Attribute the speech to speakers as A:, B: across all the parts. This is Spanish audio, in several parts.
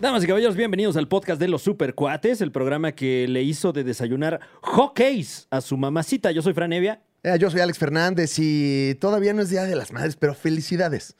A: Damas y caballeros, bienvenidos al podcast de los Supercuates, el programa que le hizo de desayunar hockeys a su mamacita. Yo soy Fran Evia.
B: Eh, yo soy Alex Fernández y todavía no es Día de las Madres, pero felicidades.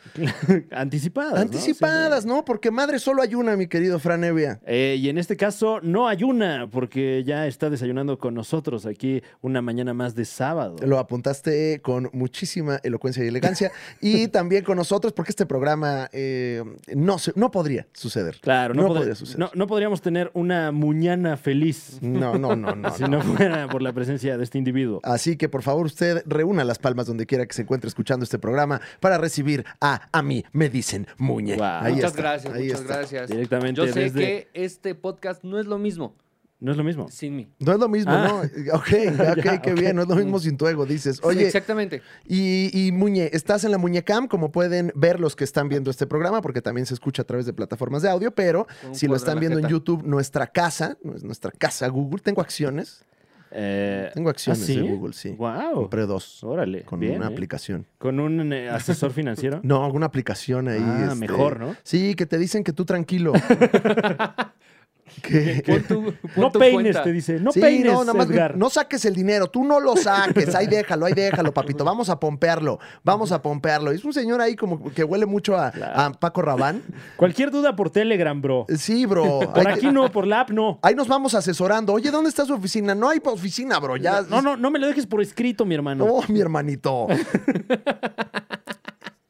A: Anticipadas. ¿no?
B: Anticipadas, ¿no? Porque madre solo hay una, mi querido Fran Evia.
A: Eh, y en este caso no ayuna, porque ya está desayunando con nosotros aquí una mañana más de sábado.
B: Lo apuntaste con muchísima elocuencia y elegancia. y también con nosotros, porque este programa eh, no, se- no podría suceder.
A: Claro, no,
B: no
A: podri-
B: podría suceder.
A: no- no podríamos tener una muñana feliz
B: No, no, no, no.
A: si
B: no.
A: no fuera por la presencia de este individuo.
B: Así que por favor usted reúna las palmas donde quiera que se encuentre escuchando este programa para recibir a a mí me dicen muñe.
A: Guau.
B: Ahí
C: muchas
B: está,
C: gracias,
B: ahí
C: muchas
B: está.
C: gracias.
A: Directamente
C: Yo sé
A: desde-
C: que este podcast no es lo mismo
A: No es lo mismo.
C: sin mí.
B: No es lo mismo,
A: Ah.
B: ¿no? Ok, ok,
A: Ya,
B: qué
A: ok.
B: bien. No es lo mismo sin tu ego, dices.
C: Sí,
B: Oye,
C: exactamente.
B: Y, y Muñe, estás en la Muñecam, como pueden ver los que están viendo este programa, porque también se escucha a través de plataformas de audio, pero
C: Con un
B: si lo
C: cuadro en
B: están
C: la
B: viendo en
C: jeta.
B: YouTube, nuestra casa, no es nuestra casa Google, tengo acciones,
A: Eh,
B: tengo acciones
A: ¿ah, sí?
B: de Google, sí.
A: Wow.
B: Compré dos
A: Órale.
B: con
A: bien,
B: una
A: ¿eh?
B: aplicación.
A: Con un eh, asesor financiero.
B: No, alguna aplicación ahí.
A: Ah,
B: este,
A: mejor, ¿no?
B: Sí, que te dicen que tú tranquilo. que,
C: Pon tu- pon
A: No
C: tu
A: peines,
C: cuenta.
A: te dice. No
B: Sí,
A: peines,
B: no, nada más
A: Edgar.
B: no saques el dinero, tú no lo saques, ahí déjalo, ahí déjalo, papito, vamos a pompearlo, vamos a pompearlo. Es un señor ahí como que huele mucho a, a Paco Rabán.
A: Cualquier duda por Telegram, bro.
B: Sí, bro.
A: Por
B: ahí,
A: aquí no, por la app no.
B: ahí nos vamos asesorando. Oye, ¿dónde está su oficina? No hay oficina, bro. Ya.
A: No, no, no me lo dejes por escrito, mi hermano.
B: No, mi hermanito.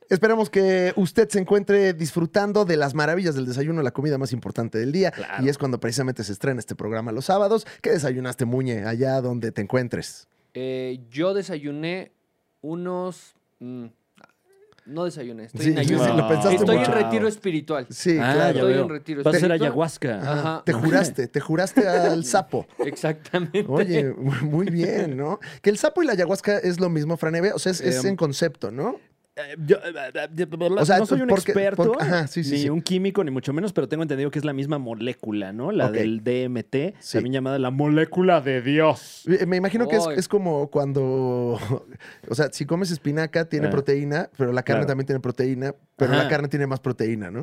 B: Esperemos que usted se encuentre disfrutando de las maravillas del desayuno, la comida más importante del día.
A: Claro.
B: Y es cuando precisamente se estrena este programa los sábados. ¿Qué desayunaste, Muñe? Allá donde te encuentres.
C: Eh, yo desayuné unos. mm, no desayuné, estoy
B: Sí,
C: en
B: sí,
C: ayuno.
A: sí, lo pensaste
C: estoy
A: mucho.
C: en retiro espiritual.
B: Sí,
A: Ah,
B: claro.
A: ya
C: Estoy
A: veo.
C: en retiro
A: Vas a hacer
C: espiritual.
A: ayahuasca.
C: Ajá.
B: Te juraste, te juraste al sapo.
C: Exactamente.
B: Oye, muy bien, ¿no? Que el sapo y la ayahuasca es lo mismo, Franeve. O sea, es, es
A: Em,
B: en concepto, ¿no?
A: Eh, yo, eh, eh,
B: O sea,
A: no soy un
B: porque-
A: experto,
B: porque- ajá, sí, sí,
A: ni
B: sí.
A: un químico, ni mucho menos, pero tengo entendido que es la misma molécula, ¿no? La
B: Ok.
A: del DMT,
B: Sí.
A: también llamada la molécula de Dios.
B: Eh, Me imagino que es,
C: Ay.
B: es como cuando, o sea, si comes espinaca tiene
A: Ah.
B: proteína, pero la carne
A: Claro.
B: también tiene proteína, pero la
A: Ajá.
B: carne tiene más proteína, ¿no?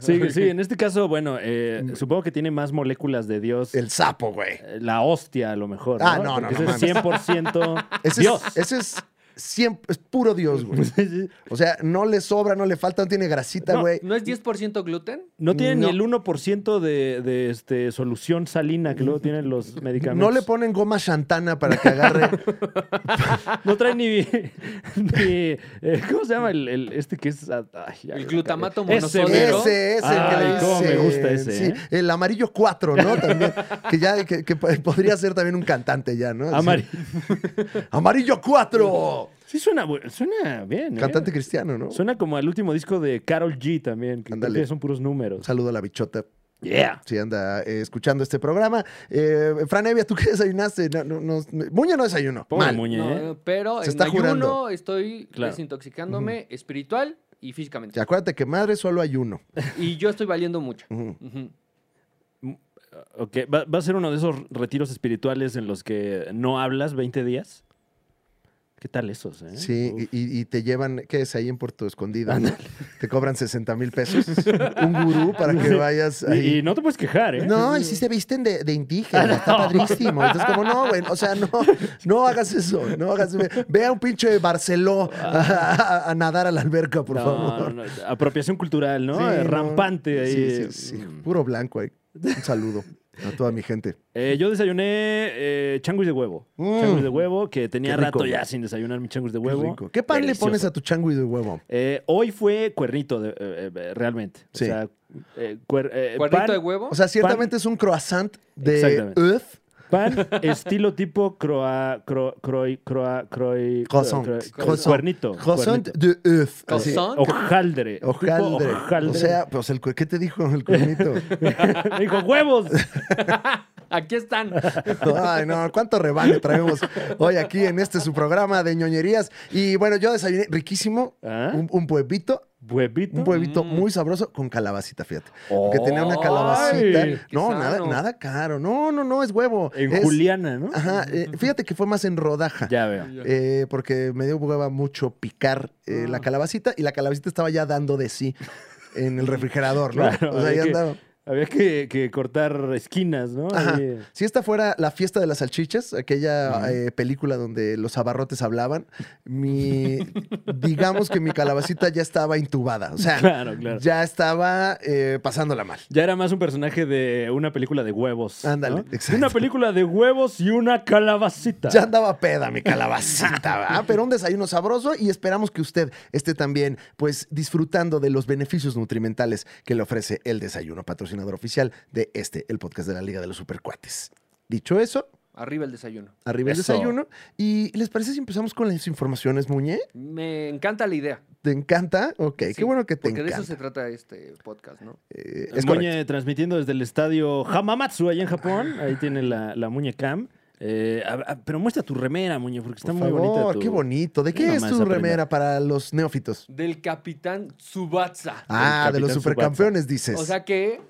A: sí, sí, en este caso, bueno, eh, supongo que tiene más moléculas de Dios.
B: Mm. El sapo, güey.
A: eh, La hostia, a lo mejor.
B: Ah, no, no,
A: Porque
B: no mames.
A: Ese es 100%
B: Ese
A: Dios.
B: es, ese es siempre, es puro Dios, güey.
A: Sí, sí.
B: O sea, no le sobra, no le falta, no tiene grasita,
A: No,
B: güey.
C: ¿No es 10% gluten?
A: No tiene
B: No.
A: ni el 1% de, de, este, solución salina que luego tienen los
B: No,
A: medicamentos.
B: le ponen goma chantana para que agarre.
A: No trae ni. ni, eh, ¿Cómo se llama el, el- este que es. ah, ay, ya-
C: El glutamato
A: Ese,
C: monosódico.
A: güey.
B: ese, ese que
A: Ay,
B: le
A: cómo me
B: dicen.
A: gusta ese,
B: Sí,
A: ¿eh?
B: el amarillo 4, ¿no? También. Que ya que, que podría ser también un cantante ya, ¿no? Así,
A: Amari-
B: Amarillo 4.
A: Sí, suena, bu- suena bien. ¿eh?
B: Cantante cristiano, ¿no?
A: Suena como al último disco de Carol G también, que
B: Ándale.
A: también son puros
B: Un
A: números.
B: saludo a la bichota.
A: Yeah.
B: Si anda eh, escuchando este programa. Eh, Fran Evia, ¿tú qué desayunaste? No, no, no, Muña no desayunó.
A: Pobre
B: Mal.
A: Muñe, ¿eh?
C: No, eh, pero
B: Se
C: en
B: está
C: ayuno
B: jurando.
C: estoy
A: Claro.
C: desintoxicándome espiritual y físicamente.
B: Acuérdate que madre solo hay uno.
C: Y yo estoy valiendo mucho.
B: Ujú.
C: Ujú.
A: Ok, ¿Va, va a ser uno de esos retiros espirituales en los que no hablas 20 días? ¿Qué tal esos, eh?
B: Sí,
A: Uf.
B: y, y- y te llevan, ¿qué es ahí en Puerto Escondido? Te cobran 60 mil pesos. Un gurú para que vayas
A: Y,
B: ahí.
A: y no te puedes quejar, ¿eh?
B: No, y si se visten de, de
A: Ah,
B: indígena, está padrísimo. Entonces, como, no, güey, o sea, no, no hagas eso, no hagas eso. Ve a un pinche Barceló a, a- a nadar a la alberca, por
A: No,
B: favor.
A: no, no, Apropiación cultural, ¿no?
B: Sí,
A: Eh,
B: no.
A: Rampante ahí. eh, mm.
B: Sí, sí, sí. Puro blanco ahí. Un saludo a toda mi gente.
A: Eh, yo desayuné eh, changuis de huevo.
B: Mm.
A: Changuis de huevo, que tenía
B: Qué rico,
A: rato ya
B: güey.
A: sin desayunar mi changuis de
B: Qué
A: huevo.
B: rico. ¿Qué pan
A: Delicioso.
B: le pones a tu changui de huevo?
A: Eh, hoy fue cuernito, de- eh, eh, realmente. O
B: Sí.
A: sea, eh, cuer- eh,
C: ¿Cuadrito
A: pan,
C: de huevo?
B: O sea, ciertamente es un croissant de
A: Exactamente.
B: Earth.
A: Pan estilo tipo croa, cro, croi, croa, croi,
B: Croissant.
A: croi-
B: Croissant.
A: cuernito.
B: Croissant
A: cuernito.
B: de Earth. Así.
C: Croissant.
A: Ojaldre. tipo
B: Hojaldre.
A: ojaldre.
B: O sea, pues el, cu- ¿qué te dijo el cuernito?
A: me dijo, huevos.
C: Aquí están.
B: Ay, no, cuánto rebane traemos hoy aquí en este su programa de ñoñerías. Y bueno, yo desayuné riquísimo,
A: ¿Ah?
B: un, un pueblito,
A: Huevito.
B: un pueblito
C: Mm.
B: muy sabroso con calabacita, fíjate. Porque tenía una
C: ¡Ay!
B: calabacita.
A: Qué
B: No, nada,
C: sano.
B: nada caro. No, no, no, es huevo.
A: Oh, En
B: Es-
A: Juliana, ¿no?
B: Ajá, eh, fíjate que fue más en rodaja.
A: Ya veo.
B: eh,
A: Ah.
B: porque me dio hueva mucho picar eh, la calabacita y la calabacita estaba ya dando de sí. en el refrigerador, ¿no?
A: Claro,
B: o sea, ahí
A: había que-
B: andaba.
A: Había que, que cortar esquinas, ¿no?
B: Ajá.
A: Ahí,
B: Si esta fuera la fiesta de las salchichas, aquella eh, película donde los abarrotes hablaban, mi, digamos que mi calabacita ya estaba intubada. O sea,
A: Claro, claro.
B: ya estaba eh, pasándola mal.
A: Ya era más un personaje de una película de huevos. ¿no?
B: Ándale, exacto.
A: Una película de huevos y una calabacita.
B: Ya andaba peda mi calabacita, ¿verdad? pero un desayuno sabroso y esperamos que usted esté también pues disfrutando de los beneficios nutrimentales que le ofrece el desayuno, patrocinador oficial de este, el podcast de la Liga de los Supercuates. Dicho eso,
C: Arriba el desayuno.
B: arriba el
A: Eso.
B: desayuno. ¿Y les parece si empezamos con las informaciones, Muñe?
C: Me encanta la idea.
B: ¿Te encanta? Ok,
C: Sí,
B: qué bueno que te
C: Porque de
B: encanta.
C: eso se trata este podcast, ¿no?
B: Eh, es
A: Es
B: correcto.
A: Muñe transmitiendo desde el estadio Hamamatsu, allá en Japón. Ahí tiene la, la Muñe Cam. Eh, a- a- pero muestra tu remera, Muñe, porque está
B: Por
A: muy bonita.
B: favor,
A: tu-
B: qué bonito. ¿De qué
A: Nada
B: es
A: más
B: tu
A: aprender.
B: remera para los neófitos?
C: Del capitán Tsubasa.
B: Ah, de los
A: Capitán
B: supercampeones, dices.
C: O sea que.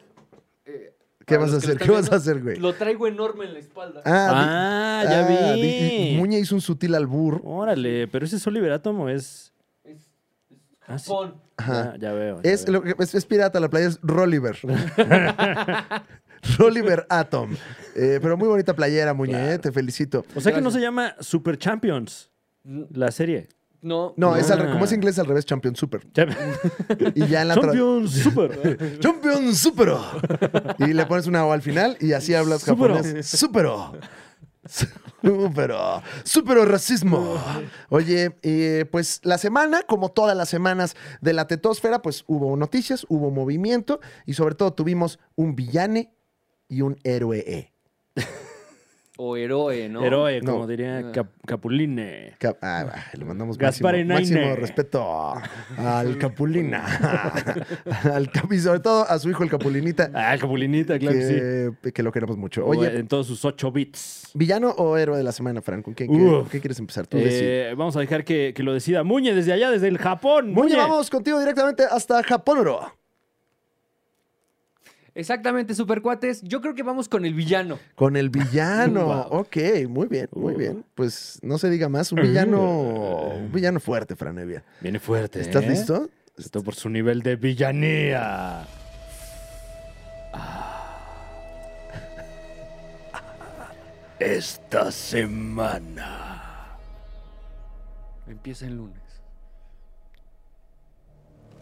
C: eh,
B: ¿Qué
C: para
B: vas a
C: los que
B: hacer?
C: lo están
B: ¿Qué vas a
C: viendo,
B: hacer, güey?
C: Lo traigo enorme en la espalda.
B: Ah,
A: Ah,
B: di-
A: ya
B: ah, di-
A: vi.
B: y Muñe hizo un sutil albur.
A: Órale, pero ese Oliver Átomo es.
C: Es, es
A: Ah, sí.
C: Japón.
B: Ajá.
A: Ya, ya veo. ya
B: Es,
A: veo.
B: lo que- es, es pirata, la playa es Rolliver. Rolliver Atom. Eh, pero muy bonita playera, Muñe, eh, te felicito.
A: O sea que no
C: Gracias.
A: se llama Super Champions,
C: N-
A: la serie.
C: No.
B: No, es al re-
A: Ah.
B: como es inglés al revés, Champion Super.
A: Ya-
B: Y ya en la tra-
A: Champions Super.
B: Champion Supero. Y le pones una O al final y así hablas
A: Supero.
B: japonés. Supero. Supero. Supero racismo. Oye, eh, pues la semana, como todas las semanas de la tetósfera, pues hubo noticias, hubo movimiento y sobre todo tuvimos un villane y un héroe. E.
C: O héroe, ¿no?
A: Héroe, como
B: No.
A: diría Cap- Capuline.
B: Cap- ah, bah, le mandamos
A: Gaspar
B: máximo,
A: Enaine.
B: máximo respeto al Capulina. al, Cap- y sobre todo a su hijo el Capulinita,
A: Ah, Capulinita, claro que sí.
B: que, que lo queremos mucho.
A: Oye,
B: Oye,
A: en todos sus 8 bits.
B: ¿Villano o héroe de la semana, Franco? ¿Con quién, quieres-
A: Uf.
B: con qué quieres empezar? Tú
A: Eh,
B: decides.
A: vamos a dejar que, que lo decida Muñe desde allá, desde el Japón.
B: Muñe,
A: Muñe,
B: vamos contigo directamente hasta Japón, bro.
C: Exactamente, supercuates. Yo creo que vamos con el villano.
B: Con el villano.
C: Wow.
B: Ok, muy bien, muy
A: Uh.
B: bien. Pues no se diga más, un villano,
A: Mm.
B: un villano fuerte, Franevia.
A: Viene fuerte.
B: ¿Estás
A: ¿eh?
B: listo?
A: Esto por su nivel de villanía. Ah. Esta semana.
C: Empieza el lunes.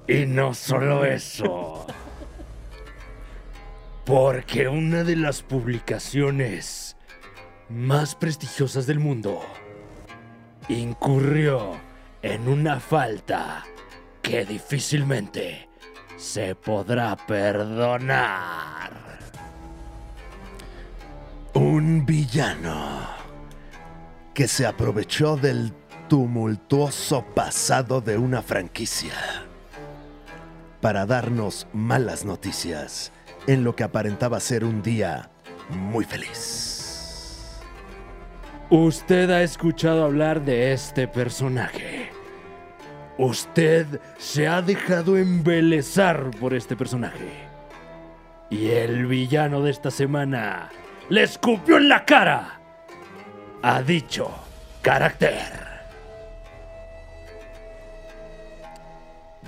A: Y no solo eso. Porque una de las publicaciones más prestigiosas del mundo incurrió en una falta que difícilmente se podrá perdonar.
B: Un villano que se aprovechó del tumultuoso pasado de una franquicia para darnos malas noticias en lo que aparentaba ser un día muy feliz.
A: Usted ha escuchado hablar de este personaje. Usted se ha dejado embelezar por este personaje. Y el villano de esta semana le escupió en la cara a dicho carácter.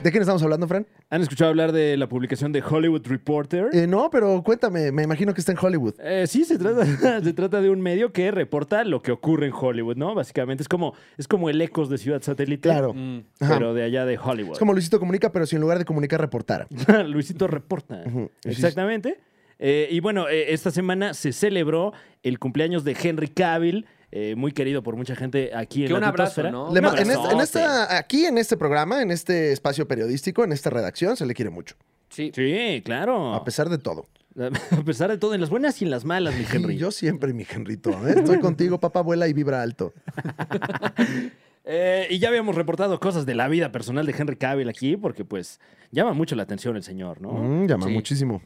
B: ¿De quién estamos hablando, Fran?
C: Eh,
A: ¿Han escuchado hablar de la publicación de Hollywood Reporter?
B: Eh, no, pero cuéntame, me imagino que está en Hollywood.
A: Eh, sí, se trata, se trata de un medio que reporta lo que ocurre en Hollywood, ¿no? Básicamente es como, es como el ecos de Ciudad Satélite,
B: Claro.
C: Mm.
B: Ajá.
A: pero de allá de Hollywood.
B: Es como Luisito comunica, pero si en lugar de comunicar, reportara.
A: Luisito reporta.
B: Ujú, sí,
A: Exactamente. Eh, y bueno, eh, esta semana se celebró el cumpleaños de Henry Cavill, eh, muy querido por mucha gente aquí en
C: Que
A: la
C: un abrazo,
A: tetosfera.
C: ¿no?
A: Un
B: Le ma- en,
A: abrazote.
B: es- en esta, aquí en este programa, en este espacio periodístico, en esta redacción, se le quiere mucho,
C: Sí.
A: Sí, claro.
B: a pesar de todo.
A: A pesar de todo, en las buenas y en las malas, mi
B: Y
A: Henry.
B: yo siempre, mi Henrito. ¿eh? Estoy contigo, papá, abuela y vibra alto.
A: Eh, y ya habíamos reportado cosas de la vida personal de Henry Cavill aquí, porque pues llama mucho la atención el señor, ¿no?
B: Mm, llama
C: Sí.
B: muchísimo.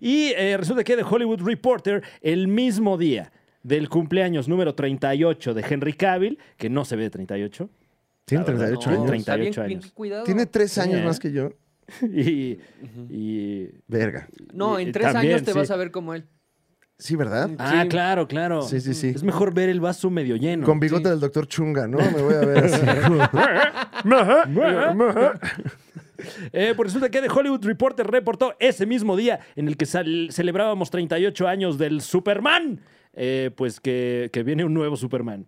A: Y eh, resulta que The Hollywood Reporter, el mismo día del cumpleaños número 38 de Henry Cavill, que no se ve de 38,
B: Tiene
A: La verdad,
B: 38
A: no.
B: años.
C: está bien-
A: 38
C: bien
A: años.
C: cuidado.
B: Tiene tres
A: Sí,
B: años
A: ¿eh?
B: más que yo.
A: y,
C: Ujú.
A: y
B: Verga.
C: No,
A: y-
B: eh,
C: en tres
A: también,
C: años te
A: sí.
C: vas a ver como él.
B: Sí, ¿verdad?
A: Ah,
C: Sí.
A: claro, claro.
B: Sí, sí, sí.
A: Es mejor ver el vaso medio lleno.
B: Con bigote del doctor Chunga, ¿no? Me voy a ver así.
A: Eh, pues resulta que The Hollywood Reporter reportó ese mismo día en el que sal- celebrábamos 38 años del Superman, eh, pues que, que viene un nuevo Superman.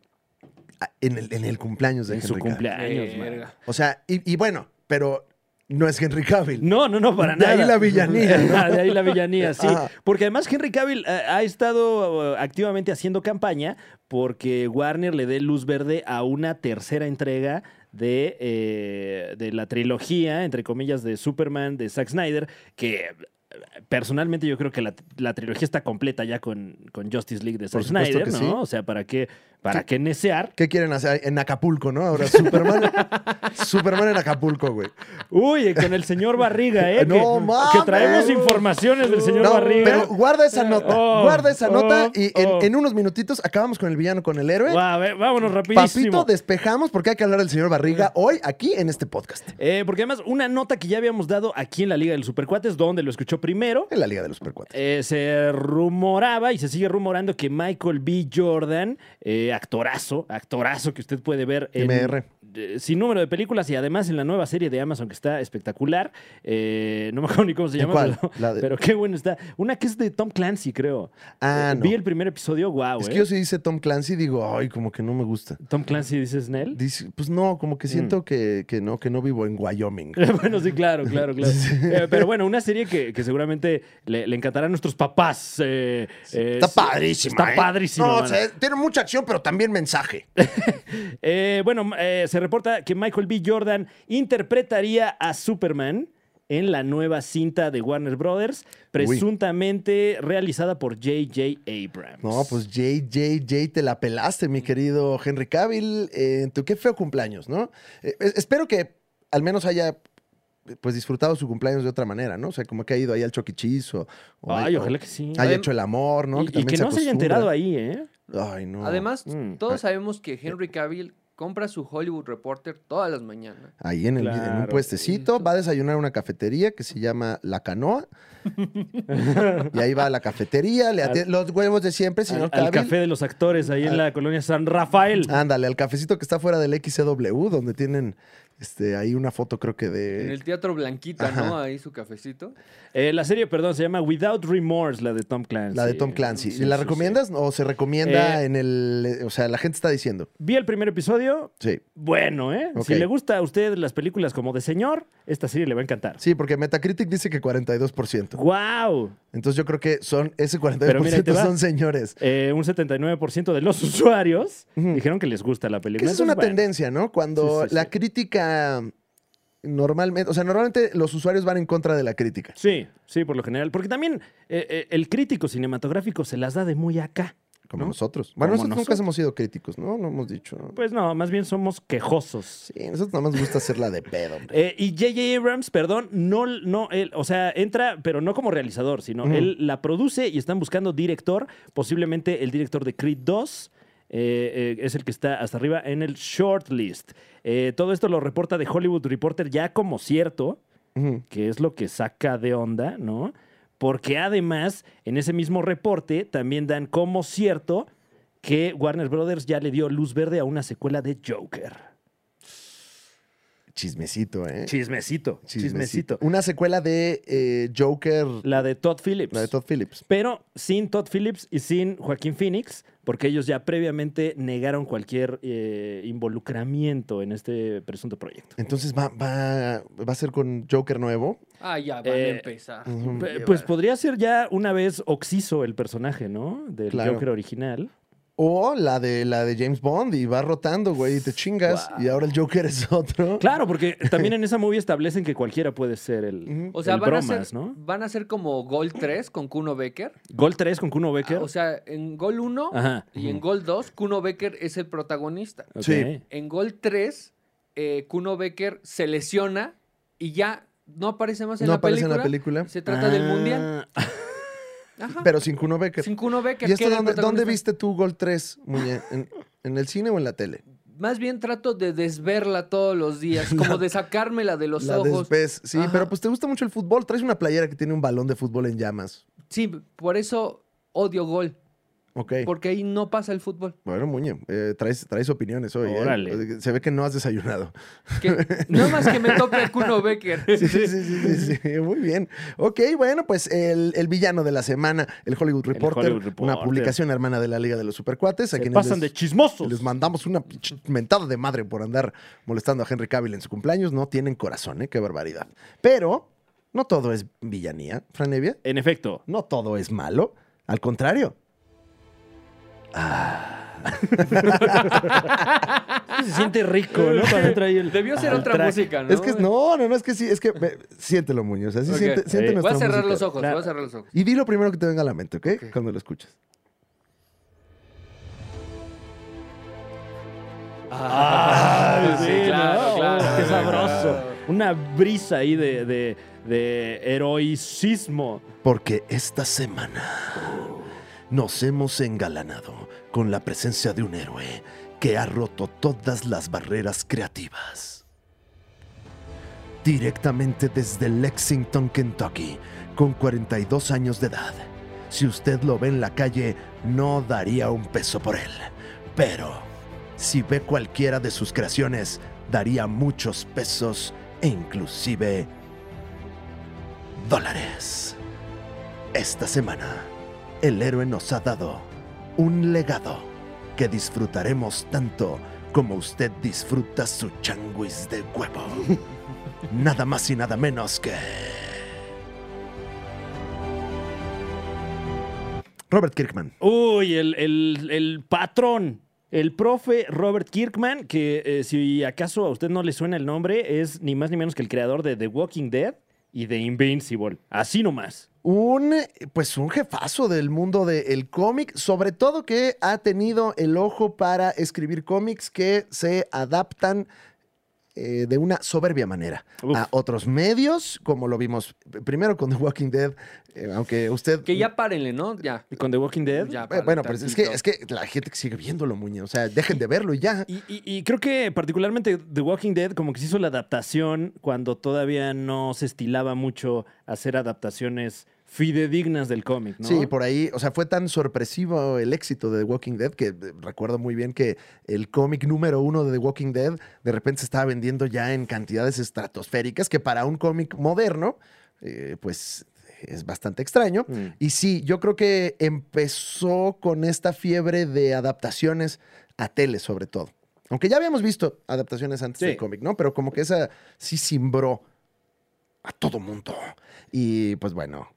B: Ah, En el, en el cumpleaños de
A: En
B: Henry
A: su
B: Cavill.
A: cumpleaños, man.
C: Verga.
B: O sea, y, y bueno, pero no es Henry Cavill.
A: No, no, no, para
B: De
A: nada.
B: ahí la villanía, ¿no?
A: de ahí la villanía, sí.
B: Ajá.
A: Porque además Henry Cavill eh, ha estado eh, activamente haciendo campaña porque Warner le dé luz verde a una tercera entrega de, eh, de la trilogía, entre comillas, de Superman, de Zack Snyder, que eh, personalmente yo creo que la, la trilogía está completa ya con, con Justice League de Zack
B: Por supuesto
A: Snyder,
B: que
A: ¿no?
B: sí.
A: O sea, ¿para qué, para qué necear?
B: ¿Qué quieren hacer en Acapulco, no? Ahora Superman. Superman en Acapulco, güey.
A: Uy, con el señor Barriga, ¿eh?
B: No
A: que,
B: mames.
A: que traemos informaciones del señor
B: No,
A: Barriga.
B: pero guarda esa nota.
A: Oh,
B: guarda esa nota
A: oh,
B: y en,
A: oh.
B: en unos minutitos acabamos con el villano con el héroe.
A: Va, a ver, vámonos rapidísimo.
B: ¿Eh? Papito, despejamos porque hay que hablar del señor Barriga hoy aquí en este podcast.
A: Eh, porque además, una nota que ya habíamos dado aquí en la Liga del Supercuates, donde lo escuchó primero,
B: En la Liga de los Supercuates.
A: eh, se rumoraba y se sigue rumorando que Michael B. Jordan, eh, actorazo, actorazo que usted puede ver en,
B: MR.
A: eh, sin número de películas y además en la nueva serie de Amazon que está espectacular. Eh, no me acuerdo ni cómo se
B: ¿De
A: llama,
B: cuál?
A: Pero,
B: La de-
A: pero qué bueno está. Una que es de Tom Clancy, creo.
B: Ah,
A: Eh,
B: no.
A: Vi el primer episodio, wow.
B: Es que yo si dice Tom Clancy digo, ay, como que no me gusta.
A: Tom Clancy dice Snell.
B: Dice, pues no, como
A: Mm.
B: que siento que, que no, que no vivo en Wyoming.
A: bueno, sí, claro, claro, claro. Eh, pero bueno, una serie que, que seguramente le, le encantará a nuestros papás. eh, eh,
B: Está
A: sí,
B: padrísima.
A: Está
B: ¿eh?
A: padrísima,
B: No, o
A: mana.
B: sea, tiene mucha acción, pero también mensaje.
A: Eh, bueno, eh, se reporta que Michael B. Jordan interpretaría a Superman en la nueva cinta de Warner Brothers, presuntamente realizada por J.J. Abrams.
B: No, pues Jay, Jay, Jay, te la pelaste, mi querido Henry Cavill. Eh, en tu qué feo cumpleaños, ¿no? Eh, es- espero que al menos haya pues disfrutado su cumpleaños de otra manera, ¿no? O sea, como que ha ido ahí al choquichizo. o
A: Ay,
B: hay-
A: ojalá que sí.
B: haya
C: Adem-
B: Ah, hecho el amor, ¿no?
A: Em, y y que,
B: también
A: no se haya
B: acostumbra.
A: enterado ahí, ¿eh?
B: Ay, no.
C: Además,
A: Mm.
C: todos sabemos que Henry Cavill compra su Hollywood Reporter todas las mañanas.
B: Ahí en, el, en un
A: Claro.
B: puestecito, va a desayunar a una cafetería que se llama La Canoa. y ahí va a la cafetería, le atiende- los huevos de siempre,
A: Al,
B: señor
A: al
B: Cavill.
A: café de los actores ahí en la colonia San Rafael.
B: Ándale, al cafecito que está fuera del XCW, donde tienen este, ahí una foto, creo que de.
C: En el Teatro Blanquita, ¿no? Ahí su cafecito.
A: Eh, la serie, perdón, se llama Without Remorse, la de Tom Clancy.
B: La de Tom Clancy.
A: Sí,
B: ¿La
A: sí, sí.
B: recomiendas o se recomienda
A: Eh,
B: en el. O sea, la gente está diciendo.
A: Vi el primer episodio.
B: Sí.
A: Bueno, ¿eh?
B: Ok.
A: Si le gusta a usted las películas como de señor, esta serie le va a encantar.
B: Sí, porque Metacritic dice que 42%.
A: ¡Wow!
B: Entonces yo creo que son. Ese 42%
A: Pero mira, ahí te va.
B: son señores.
A: Eh, un 79% de los usuarios
B: Ujú.
A: dijeron que les gusta la
B: Que
A: película.
B: esa es una
A: Entonces, bueno,
B: tendencia, ¿no? Cuando
A: Sí, sí,
B: la
A: sí.
B: crítica. Normalmente. O sea, normalmente los usuarios van en contra de la crítica.
A: Sí, sí, por lo general. Porque también eh, eh, el crítico cinematográfico se las da de muy acá.
B: Como
A: ¿No?
B: nosotros. Bueno,
A: Como
B: nosotros,
A: nosotros.
B: nunca hemos sido críticos, ¿no? No hemos dicho. ¿no?
A: Pues no, más bien somos quejosos.
B: Sí, nosotros nada más gusta hacerla de pedo, hombre.
A: Eh, y J.J. Abrams, perdón, no, no, él, o sea, entra, pero no como realizador, sino
B: Ujú.
A: él la produce y están buscando director, posiblemente el director de Creed 2. eh, eh, es el que está hasta arriba en el shortlist. Eh, todo esto lo reporta de Hollywood Reporter ya como cierto,
B: Ujú.
A: que es lo que saca de onda, ¿no? Porque además, en ese mismo reporte también dan como cierto que Warner Brothers ya le dio luz verde a una secuela de Joker.
B: Chismecito, ¿eh?
A: Chismecito, chismecito.
B: Una secuela de eh, Joker,
A: La de Todd Phillips.
B: la de Todd Phillips.
A: Pero sin Todd Phillips y sin Joaquín Phoenix, porque ellos ya previamente negaron cualquier eh, involucramiento en este presunto proyecto.
B: Entonces va, va, va a ser con Joker nuevo.
C: Ah, ya, van
A: Eh,
C: a empezar.
B: ujú.
A: Pe-
C: Lleva-
A: Pues podría ser ya una vez oxiso el personaje, ¿no? Del
B: Claro.
A: Joker original.
B: O la de la de James Bond y va rotando, güey, y te chingas.
A: Guau.
B: Y ahora el Joker es otro.
A: Claro, porque también en esa movie establecen que cualquiera puede ser el,
B: Ujú.
C: O sea,
A: el
C: van, a
A: bromas,
C: ser,
A: ¿no?
C: van a ser como Gol 3 con Kuno Becker.
A: Gol 3 con Kuno Becker.
C: Ah, o sea, en Gol 1
A: Ajá.
C: y en Gol 2, Kuno Becker es el protagonista.
A: Ok.
B: sí.
C: En Gol 3, eh, Kuno Becker se lesiona y ya no aparece más en,
B: No
C: la,
B: aparece en
C: película.
B: la película.
C: Se trata del
A: Ah,
C: Mundial. Ajá.
B: Pero sin Kuno Becker.
C: Sin Kuno Becker.
B: ¿Y esto
C: que era el
B: dónde, dónde
C: protagonista.
B: viste tú Gol 3, Muñe? ¿En, en el cine o en la tele?
C: Más bien trato de desverla todos los días, como de sacármela de los
B: la
C: ojos.
B: despez. Sí,
C: Ajá.
B: pero pues te gusta mucho el fútbol. Traes una playera que tiene un balón de fútbol en llamas.
C: Sí, por eso odio Gol.
B: Ok.
C: Porque ahí no pasa el fútbol.
B: Bueno, Muñe, eh, traes, traes opiniones hoy. ¿eh?
A: Órale.
B: Se ve que no has desayunado.
C: Que, nada más que me toque el Kuno Becker.
B: Sí, sí, sí, sí, sí, sí, muy bien. Ok, bueno, pues el, el villano de la semana, el Hollywood
A: El
B: Reporter,
A: Hollywood Reporter.
B: una publicación hermana de la Liga de los Supercuates. A
A: Se
B: quienes
A: pasan
B: les-
A: de chismosos.
B: Les mandamos una pinche mentada de madre por andar molestando a Henry Cavill en su cumpleaños. No tienen corazón, ¿eh? Qué barbaridad. Pero no todo es villanía, Franevia.
A: En efecto.
B: No todo es malo. Al contrario.
A: Se siente rico, ¿no? Cuando entra ahí el-
C: Ah, Debió ser
A: al
C: otra
A: track.
C: música, ¿no?
B: Es que no, no, no, es que sí, es que ve, siéntelo, Muñoz. Así
C: Ok.
B: siente, siente
A: Sí.
B: nuestra
C: Voy a cerrar
B: música.
C: los ojos,
A: Claro.
C: voy a cerrar los ojos.
B: Y di lo primero que te venga a la mente, ¿ok? Cuando lo escuches.
A: Ah,
C: Sí,
A: sí,
C: claro,
A: ¿no?
C: claro,
A: Qué
C: claro.
A: sabroso. Una brisa ahí de, de, de heroicismo.
B: Porque esta semana nos hemos engalanado con la presencia de un héroe que ha roto todas las barreras creativas. Directamente desde Lexington, Kentucky, con 42 años de edad. Si usted lo ve en la calle, no daría un peso por él. Pero, si ve cualquiera de sus creaciones, daría muchos pesos e inclusive dólares. Esta semana, el héroe nos ha dado un legado que disfrutaremos tanto como usted disfruta su changuis de huevo. Nada más y nada menos que... Robert Kirkman.
A: Uy, el, el- el patrón. El profe Robert Kirkman, que eh, si acaso a usted no le suena el nombre, es ni más ni menos que el creador de The Walking Dead y de Invincible. Así nomás.
B: Un, eh, pues un jefazo del mundo del cómic, sobre todo que ha tenido el ojo para escribir cómics que se adaptan eh, de una soberbia manera
A: Uf.
B: a otros medios, como lo vimos primero con The Walking Dead, eh, aunque usted...
C: Que ya párenle, ¿no? Ya.
A: Con The Walking Dead.
C: Ya,
B: Eh, bueno, pero
C: paren
B: es que,
C: tantito.
B: es que la gente que sigue viéndolo, Muñe, o sea, dejen de verlo y ya.
A: Y, y- y creo que particularmente The Walking Dead como que se hizo la adaptación cuando todavía no se estilaba mucho hacer adaptaciones fidedignas del cómic, ¿no?
B: Sí, por ahí, o sea, fue tan sorpresivo el éxito de The Walking Dead que eh, recuerdo muy bien que el cómic número uno de The Walking Dead de repente se estaba vendiendo ya en cantidades estratosféricas que para un cómic moderno, eh, pues es bastante extraño.
A: Mm.
B: Y sí, yo creo que empezó con esta fiebre de adaptaciones a tele sobre todo. Aunque ya habíamos visto adaptaciones antes
A: Sí.
B: del cómic, ¿no? Pero como que esa sí simbró a todo mundo. Y pues bueno,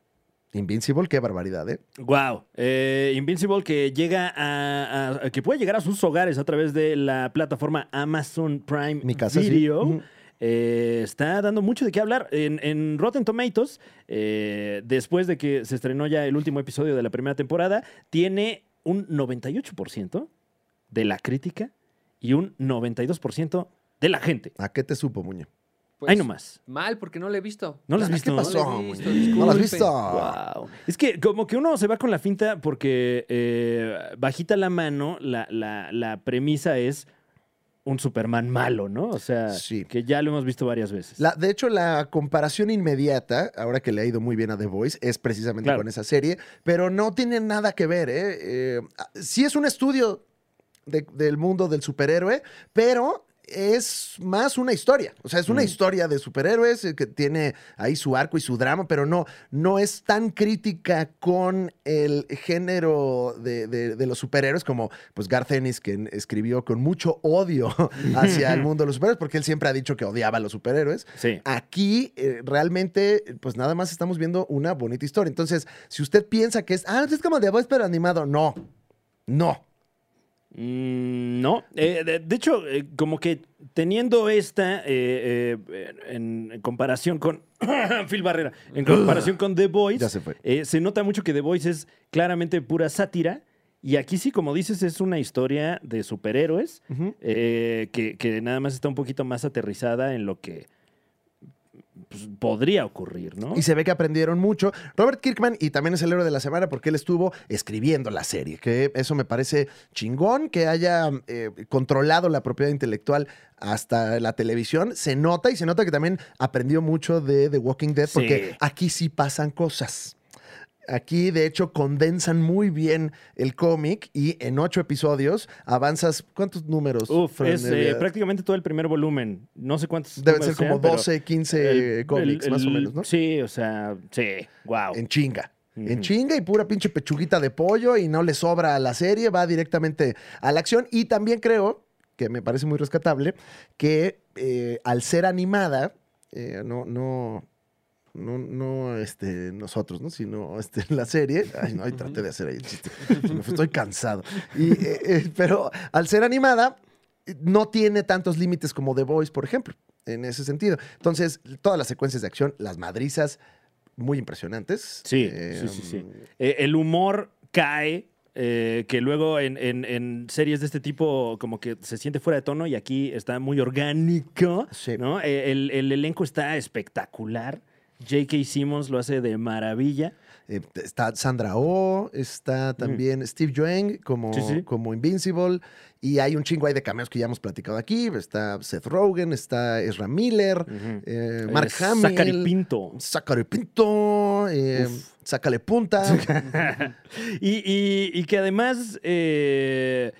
B: Invincible, qué barbaridad, ¿eh?
A: Wow, eh, Invincible que llega a, a- a- que puede llegar a sus hogares a través de la plataforma Amazon Prime
B: Mi casa, sí.
A: Video.
B: Ujú.
A: Eh, está dando mucho de qué hablar en, en Rotten Tomatoes. eh, después de que se estrenó ya el último episodio de la primera temporada, tiene un 98% de la crítica y un 92% de la gente.
B: ¿A qué te supo, Muñe?
C: Pues,
A: Ahí nomás.
C: Mal, porque no lo he visto.
A: ¿No lo has
B: ¿A
A: visto?
B: ¿Qué pasó,
C: No lo he visto,
B: Muñe? ¿No lo has
C: disculpen.
B: visto?
A: Wow. Es que como que uno se va con la finta porque eh, bajita la mano, la, la- la premisa es un Superman malo, ¿no? O sea,
B: Sí.
A: que ya lo hemos visto varias veces.
B: La- de hecho, la comparación inmediata, ahora que le ha ido muy bien a The Voice, es precisamente
A: Claro.
B: con esa serie, pero no tiene nada que ver. ¿eh? Eh, ah, sí es un estudio de- del mundo del superhéroe, pero es más una historia. O sea, es una
A: Mm.
B: historia de superhéroes eh, que tiene ahí su arco y su drama, pero no, no es tan crítica con el género de, de- de los superhéroes como pues Garth Ennis, que escribió con mucho odio hacia el mundo de los superhéroes, porque él siempre ha dicho que odiaba a los superhéroes.
A: Sí.
B: Aquí eh, realmente, eh, pues nada más estamos viendo una bonita historia. Entonces, si usted piensa que es, ah, es como The Voice, pero animado, no. No.
A: Mm, no. Eh, de, de hecho, eh, como que teniendo esta eh, eh, en, en comparación con Phil Barrera, en comparación con The Voice,
B: Ya se fue.
A: Eh, se nota mucho que The Voice es claramente pura sátira. Y aquí sí, como dices, es una historia de superhéroes eh, que, que nada más está un poquito más aterrizada en lo que pues, podría ocurrir, ¿no?
B: Y se ve que aprendieron mucho. Robert Kirkman, y también es el héroe de la semana porque él estuvo escribiendo la serie, que eso me parece chingón, que haya eh, controlado la propiedad intelectual hasta la televisión. Se nota y se nota que también aprendió mucho de The Walking Dead
A: Sí.
B: porque aquí sí pasan cosas. Aquí, de hecho, condensan muy bien el cómic y en ocho episodios avanzas. ¿Cuántos números?
A: Uf,
B: Fran,
A: es eh,
B: Evia?
A: prácticamente todo el primer volumen. No sé cuántos.
B: Deben ser
A: números
B: como
A: sean, pero
B: 12, 15
A: el-
B: cómics,
A: el-
B: más o
A: el-
B: menos, ¿no?
A: Sí, o sea, sí, wow.
B: En chinga. En
A: Ujú.
B: chinga y pura pinche pechuguita de pollo y no le sobra a la serie, va directamente a la acción. Y también creo, que me parece muy rescatable, que eh, al ser animada, eh, no, no, no, no este, nosotros, ¿no? Sino este, la serie. Ay, no, ahí traté de hacer ahí el chiste. Me fue- Estoy cansado. Y, eh, eh, pero al ser animada, eh, no tiene tantos límites como The Voice, por ejemplo, en ese sentido. Entonces, todas las secuencias de acción, las madrizas, muy impresionantes.
A: Sí,
B: Eh,
A: sí, sí, sí. Eh, el humor cae, eh, que luego en, en- en series de este tipo como que se siente fuera de tono y aquí está muy orgánico,
B: Sí.
A: ¿no? Eh, el, el elenco está espectacular. J.K. Simmons lo hace de maravilla.
B: Eh, está Sandra Oh, está también Steve Joeng como,
A: Mm. Sí, sí.
B: como Invincible, y hay un chingo ahí de cameos que ya hemos platicado aquí. Está Seth Rogen, está Ezra Miller, eh, Mark
A: Mm. Eh,
B: Hamill.
A: Zachary Pinto.
B: Sácale pinto, eh,
A: Uf.
B: sácale punta.
A: Y, y- y que además eh,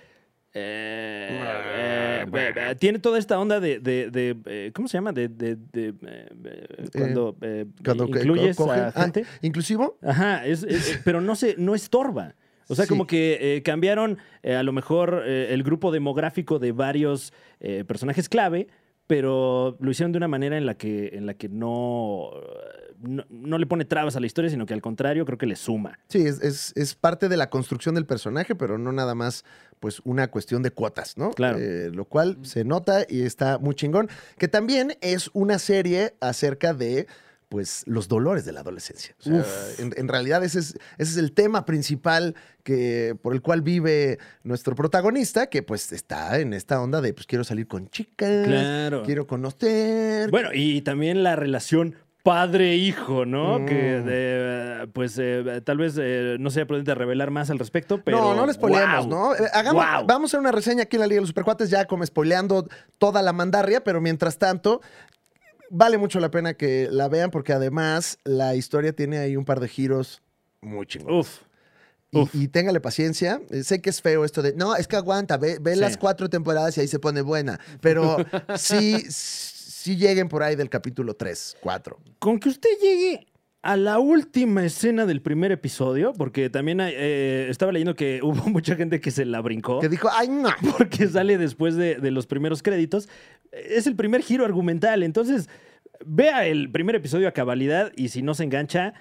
A: eh, eh, eh, tiene toda esta onda de, de- de, eh, ¿cómo se llama? De, de- de, eh, eh, cuando, eh,
B: Cuando que-
A: incluyes
B: cogen-
A: a
B: ah,
A: gente.
B: inclusivo,
A: Ajá, es, es- eh, pero no se, no estorba. O sea,
B: Sí.
A: como que eh, cambiaron eh, a lo mejor eh, el grupo demográfico de varios eh, personajes clave, pero lo hicieron de una manera en la que, en la que no, eh, no, no le pone trabas a la historia, sino que al contrario creo que le suma.
B: sí, es, es- es parte de la construcción del personaje, pero no nada más pues una cuestión de cuotas, ¿no?
A: Claro.
B: Eh, lo cual se nota y está muy chingón, que también es una serie acerca de pues los dolores de la adolescencia. O sea, en, en realidad ese es, ese es el tema principal que, por el cual vive nuestro protagonista, que pues está en esta onda de pues quiero salir con chicas,
A: Claro.
B: quiero conocer,
A: Bueno, y también la relación padre-hijo, ¿no?
B: Mm.
A: Que eh, pues eh, tal vez eh, no sea prudente revelar más al respecto, pero.
B: no, no les spoileamos,
A: ¡guau!
B: ¿no? Eh, Hagamos,
A: ¡Guau!
B: Vamos a hacer una reseña aquí en la Liga de los Supercuates, ya como spoileando toda la mandarria, pero mientras tanto, vale mucho la pena que la vean porque además la historia tiene ahí un par de giros muy chingones.
A: Uf.
B: Y-
A: uf.
B: Y, téngale paciencia. Eh, Sé que es feo esto de, no, es que aguanta, ve, ve
A: Sí.
B: las cuatro temporadas y ahí se pone buena, pero sí, sí lleguen por ahí del capítulo 3, 4.
A: Con que usted llegue a la última escena del primer episodio, porque también hay, eh, estaba leyendo que hubo mucha gente que se la brincó.
B: Que dijo, ay, no.
A: porque sale después de, de los primeros créditos. eh, Es el primer giro argumental. Entonces, vea el primer episodio a cabalidad y si no se engancha,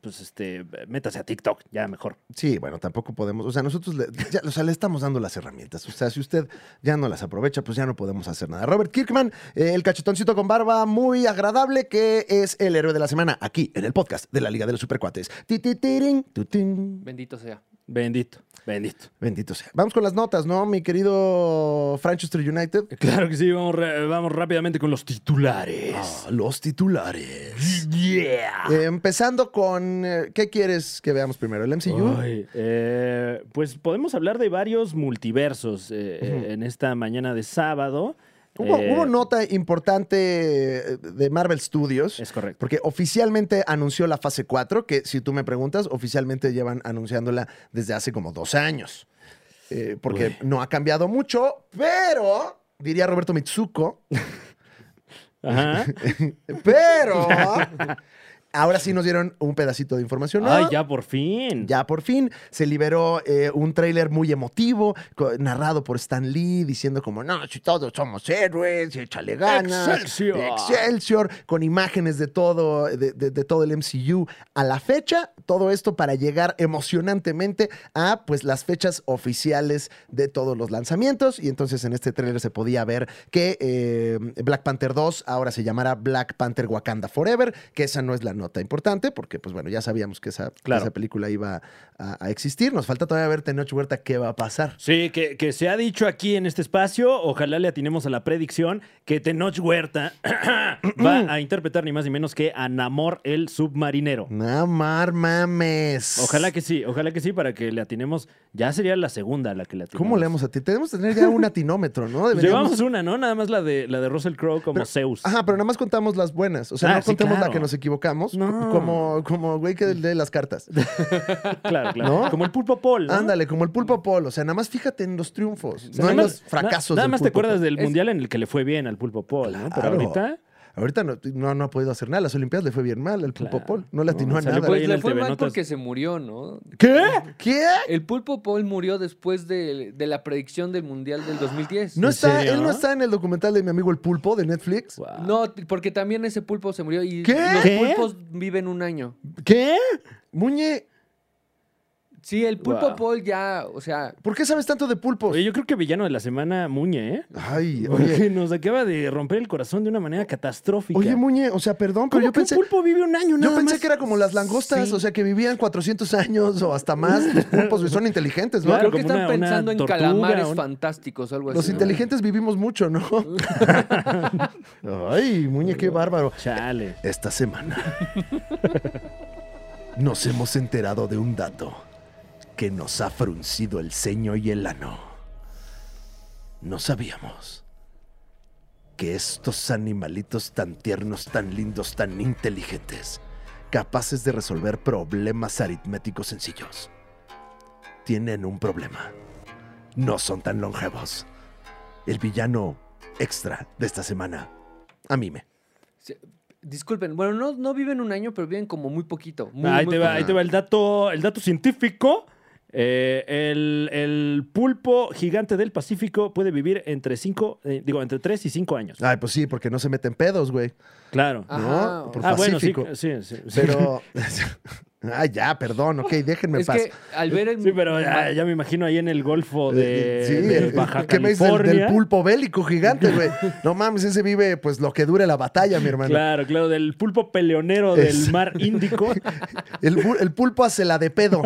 A: pues este, métase a TikTok, ya mejor.
B: Sí, bueno, tampoco podemos. O sea, nosotros le, ya, o sea, le estamos dando las herramientas. O sea, si usted ya no las aprovecha, pues ya no podemos hacer nada. Robert Kirkman, eh, el cachetoncito con barba muy agradable, que es el héroe de la semana aquí en el podcast de la Liga de los Supercuates. Ti, ti, tirin, tutín.
C: Bendito sea.
A: Bendito, bendito.
B: Bendito sea. Vamos con las notas, ¿no, mi querido Franchester United?
A: Claro que sí, vamos, ra- vamos rápidamente con los titulares.
B: Ah, los titulares.
A: Yeah.
B: Eh, empezando con. eh, ¿Qué quieres que veamos primero? ¿El MCU?
A: Ay, eh, pues podemos hablar de varios multiversos eh, eh, en esta mañana de sábado.
B: Hubo,
A: Eh,
B: hubo nota importante eh, de Marvel Studios.
A: Es correcto.
B: Porque oficialmente anunció la fase 4, que si tú me preguntas, oficialmente llevan anunciándola desde hace como dos años. Eh, porque
A: Uy.
B: no ha cambiado mucho, pero, diría Roberto Mitsuko,
A: Ajá.
B: pero ahora sí nos dieron un pedacito de información. nueva.
A: Ay, ya por fin.
B: Ya por fin se liberó eh, un tráiler muy emotivo, co- narrado por Stan Lee, diciendo como, no, si todos somos héroes, y échale ganas.
A: Excelsior.
B: Excelsior, con imágenes de todo, de, de- de todo el MCU a la fecha. Todo esto para llegar emocionantemente a pues, las fechas oficiales de todos los lanzamientos. Y entonces en este tráiler se podía ver que eh, Black Panther 2 ahora se llamará Black Panther Wakanda Forever, que esa no es la nota importante, porque pues bueno, ya sabíamos que esa, que
A: Claro.
B: esa película iba a, a existir. Nos falta todavía ver Tenoch Huerta qué va a pasar.
A: Sí, que, que se ha dicho aquí en este espacio, ojalá le atinemos a la predicción, que Tenoch Huerta va a interpretar ni más ni menos que a Namor el submarinero.
B: No mar mames.
A: Ojalá que sí, ojalá que sí, para que le atinemos. Ya sería la segunda la que le atinemos. Pues
B: ¿Cómo le vamos a ti? Tenemos que tener ya un atinómetro, ¿no? Deberíamos-
A: Llevamos una, ¿no? Nada más la de, la de Russell Crowe como
B: Pero- Ah,
A: Zeus.
B: Ajá, pero nada más contamos las buenas. O sea,
A: Ah,
B: no
A: sí,
B: contamos la
A: claro.
B: que nos equivocamos. desayunamos.
A: No.
B: co- Como, como güey que lee las cartas.
A: Claro, claro.
B: ¿No?
A: Como el pulpo Paul. ¿no?
B: Ándale, como el pulpo Paul. O sea, nada más fíjate en los triunfos,
A: O sea,
B: no en
A: nada
B: los
A: más-
B: fracasos.
A: Nada
B: del
A: más te
B: pulpo
A: acuerdas
B: Paul.
A: del
C: Es-
A: mundial en el que le fue bien al pulpo Paul, ¿no? Pero
B: Claro.
A: ahorita.
B: Ahorita no, no, no ha podido hacer nada. Las Olimpiadas le fue bien mal al pulpo
A: Claro.
B: Paul. No le atinó
A: No,
B: a
A: salió
B: nada.
A: por ahí
C: Pues
A: en
C: le
A: el
C: fue
A: TV
C: mal
A: Notas.
C: porque se murió, ¿no?
B: ¿Qué? ¿Qué?
C: El pulpo Paul murió después de, de la predicción del Mundial del 2010.
B: No
A: ¿En
B: está,
A: serio?
B: él no está en el documental de mi amigo el pulpo de Netflix.
A: Guau.
C: No, t- porque también ese pulpo se murió y
B: ¿Qué?
C: los
A: ¿Qué?
C: pulpos viven un año.
A: ¿Qué?
B: Muñe,
C: Sí, el pulpo
A: Wow.
C: Paul ya, o sea,
B: ¿por qué sabes tanto de pulpos?
A: Oye, yo creo que villano de la semana, Muñe, ¿eh?
B: Ay, pues- oye.
A: Porque nos acaba de romper el corazón de una manera catastrófica.
B: Oye, Muñe, o sea, perdón,
A: ¿Cómo
B: pero yo
A: que
B: pensé.
A: un pulpo vive un año
B: Yo
A: nada
B: pensé
A: más?
B: que era como las langostas,
A: Sí.
B: o sea, que vivían 400 años o hasta más. Los pulpos y son inteligentes, ¿no?
A: Claro, pues,
C: creo que
A: como
C: están
A: una- una
C: pensando en
A: tortuga,
C: calamares
A: un-
C: fantásticos o algo
B: Los
C: así. ¿no?
B: inteligentes vivimos mucho, ¿no? Ay, Muñe, qué bárbaro.
A: Chale.
B: Esta semana nos hemos enterado de un dato que nos ha fruncido el ceño y el ano. No sabíamos que estos animalitos tan tiernos, tan lindos, tan inteligentes, capaces de resolver problemas aritméticos sencillos, tienen un problema. No son tan longevos. El villano extra de esta semana, a mí me.
C: Sí, Disculpen, bueno, no, no viven un año, pero viven como muy poquito. muy,
A: Ah, ahí,
C: muy
A: te va, ahí
C: poquito.
A: te va el dato, el dato científico. Eh, el, el pulpo gigante del Pacífico puede vivir entre cinco, eh, digo, entre 3 y 5 años.
B: Ay, pues sí, porque no se meten pedos, güey.
A: Claro.
C: Ah,
A: Ah,
C: Ajá.
B: ¿No? Por
A: bueno, sí,
B: Pacífico.
A: sí, sí, sí.
B: Pero. ah, ya, perdón, ok, déjenme en
C: es
B: paz.
C: que al ver el...
A: Sí, pero ah, ya, ya me imagino ahí en el Golfo de,
B: Eh, Sí,
A: de
B: el-
A: Baja
B: ¿Qué me dices del,
A: California.
B: del pulpo bélico gigante, güey? No mames, ese vive pues lo que dure la batalla, mi hermano.
A: Claro, claro, del pulpo peleonero del
B: Es-
A: mar Índico.
B: El, bu- el pulpo hace la de pedo.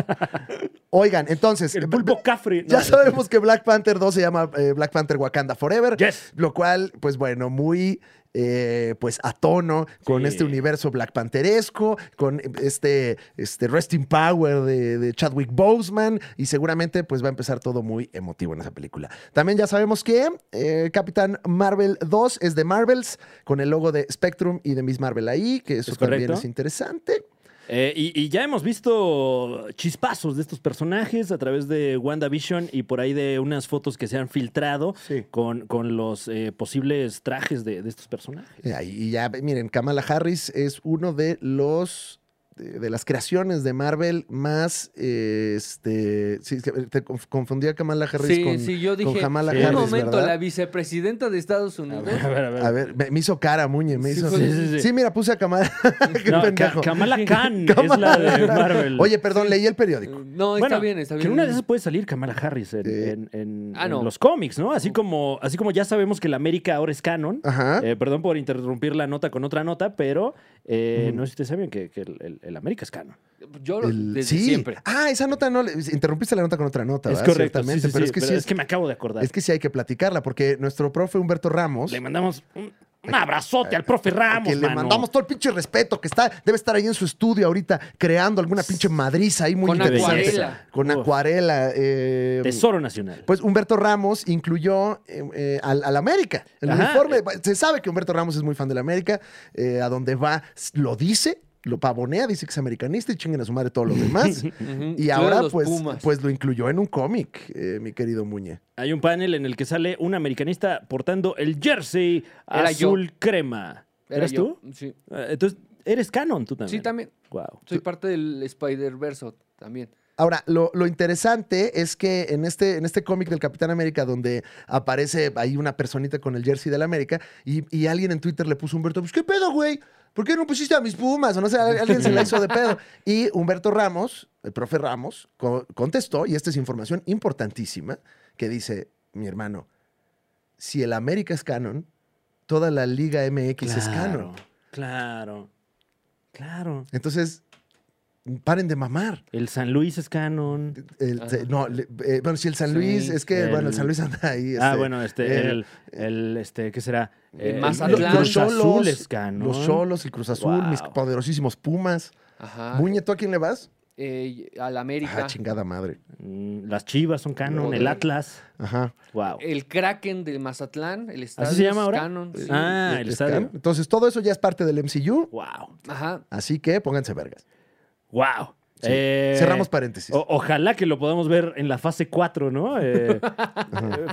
B: Oigan, entonces.
A: El pulpo cafre. No,
B: Ya sabemos que Black Panther 2 se llama eh, Black Panther Wakanda Forever,
A: Yes.
B: lo cual, pues bueno, muy eh, pues a tono con
A: Sí.
B: este universo Black Pantheresco, con este, este Resting Power de, de Chadwick Boseman y seguramente pues va a empezar todo muy emotivo en esa película. También ya sabemos que eh, Capitán Marvel 2 es de Marvels con el logo de Spectrum y de Miss Marvel ahí, que eso
A: Es
B: también
A: correcto.
B: es interesante.
A: Eh, y, y ya hemos visto chispazos de estos personajes a través de WandaVision y por ahí de unas fotos que se han filtrado
B: Sí.
A: con, con los eh, posibles trajes de, de estos personajes.
B: Ya, Y ya, miren, Kamala Harris es uno de los de, de las creaciones de Marvel más eh, este sí, es que te conf- confundí a Kamala Harris
C: Sí,
B: con,
C: sí, yo dije,
B: con Kamala
A: sí,
C: en un
B: Harris,
C: momento,
B: ¿verdad?
C: la vicepresidenta de Estados Unidos.
A: ver, a
B: A ver, me, me hizo cara, Muñe, me
C: Sí,
B: hizo.
C: pues,
B: Sí,
A: sí, sí, sí.
B: mira, puse a Kamala. Qué
A: No, Ka-
B: pendejo.
A: Kamala Khan es la de Marvel.
B: Oye, perdón, leí el periódico.
C: Mm, No,
A: Bueno,
C: está bien, está
A: Que
C: bien.
A: en una de esas puede salir Kamala Harris en,
B: Eh.
A: en- en-
C: Ah,
A: en
C: no.
A: los cómics, ¿no? Así como, así como ya sabemos que la América ahora es canon.
B: Ajá.
A: Eh, perdón por interrumpir la nota con otra nota, pero eh,
B: Ujú.
A: no sé si ustedes sabían que, que el, el- el América es canon.
C: Mm, Yo lo-
B: El-
C: desde
B: sí.
C: siempre.
B: Ah, esa nota no. le- Interrumpiste la nota con otra nota,
A: es
B: ¿verdad?
A: correcto. sí,
B: Ciertamente,
A: sí, sí,
B: pero es que sí.
A: es que me acabo de acordar.
B: Es que sí hay que platicarla, porque nuestro profe Humberto Ramos.
A: Le mandamos un, un abrazote al profe Ramos.
B: que le
A: mano.
B: mandamos todo el pinche respeto que está, debe estar ahí en su estudio ahorita creando alguna pinche madriza ahí muy
C: Con
B: interesante.
C: acuarela.
B: Con
A: Uf.
B: acuarela. eh,
A: Tesoro Nacional.
B: pues Humberto Ramos incluyó eh, eh, al, al América. El
A: Ajá.
B: uniforme. Se sabe que Humberto Ramos es muy fan del América. eh, a donde va, lo dice, lo pavonea, dice que es americanista y chinguen a su madre todos los demás.
C: Ujú.
B: y
C: Yo era
B: ahora,
C: los
B: pues,
C: Pumas.
B: pues lo incluyó en un cómic, eh, mi querido Muñe.
A: Hay un panel en el que sale un americanista portando el jersey
C: Era yo.
A: azul crema.
C: Era
A: ¿Eres
C: yo,
A: tú?
C: Sí.
A: Eh, Entonces, eres canon tú también.
C: Sí, también.
A: Wow.
C: Soy parte del Spider-Verso también.
B: Ahora, lo, lo interesante es que en este, en este cómic del Capitán América, donde aparece ahí una personita con el jersey del América, y, y alguien en Twitter le puso a Humberto, pues, ¿qué pedo, güey? ¿Por qué no pusiste a mis pumas? O no sé, a- alguien se la hizo de pedo. Y Humberto Ramos, el profe Ramos, co- contestó, y esta es información importantísima, que dice, mi hermano, si el América es canon, toda la Liga MX es canon.
A: Claro. Claro.
B: Entonces, paren de mamar.
A: El San Luis es canon.
B: El-
C: Ajá.
B: se- no, le- eh, bueno, sí, el San
C: Sí,
B: Luis, es que,
A: el-
B: bueno, el San Luis anda ahí.
A: ah,
B: este,
A: bueno, este,
B: eh,
A: el, el, este, ¿qué será?
C: El
A: Eh,
C: Mazatlán.
A: Cruz
B: Los Cholos,
A: Azul es canon.
B: Los Cholos, el Cruz Azul, mis
A: Wow.
B: poderosísimos Pumas.
C: Ajá.
B: Buñe, ¿tú a quién le vas?
C: eh, al América,
B: Ah, chingada madre.
A: Mm, Las Chivas son canon,
C: Brother.
A: el Atlas.
B: Ajá.
A: Wow.
C: el Kraken del Mazatlán, el estadio
A: ¿Así se llama
C: es
A: ahora?
C: Canon, sí.
A: Ah, el
B: Scan.
A: estadio.
B: Entonces, todo eso ya es parte del MCU.
A: Wow.
C: Ajá.
B: Así que pónganse vergas.
A: Wow.
B: Sí.
A: Eh,
B: Cerramos paréntesis.
A: o- ojalá que lo podamos ver en la fase 4, ¿no? Eh,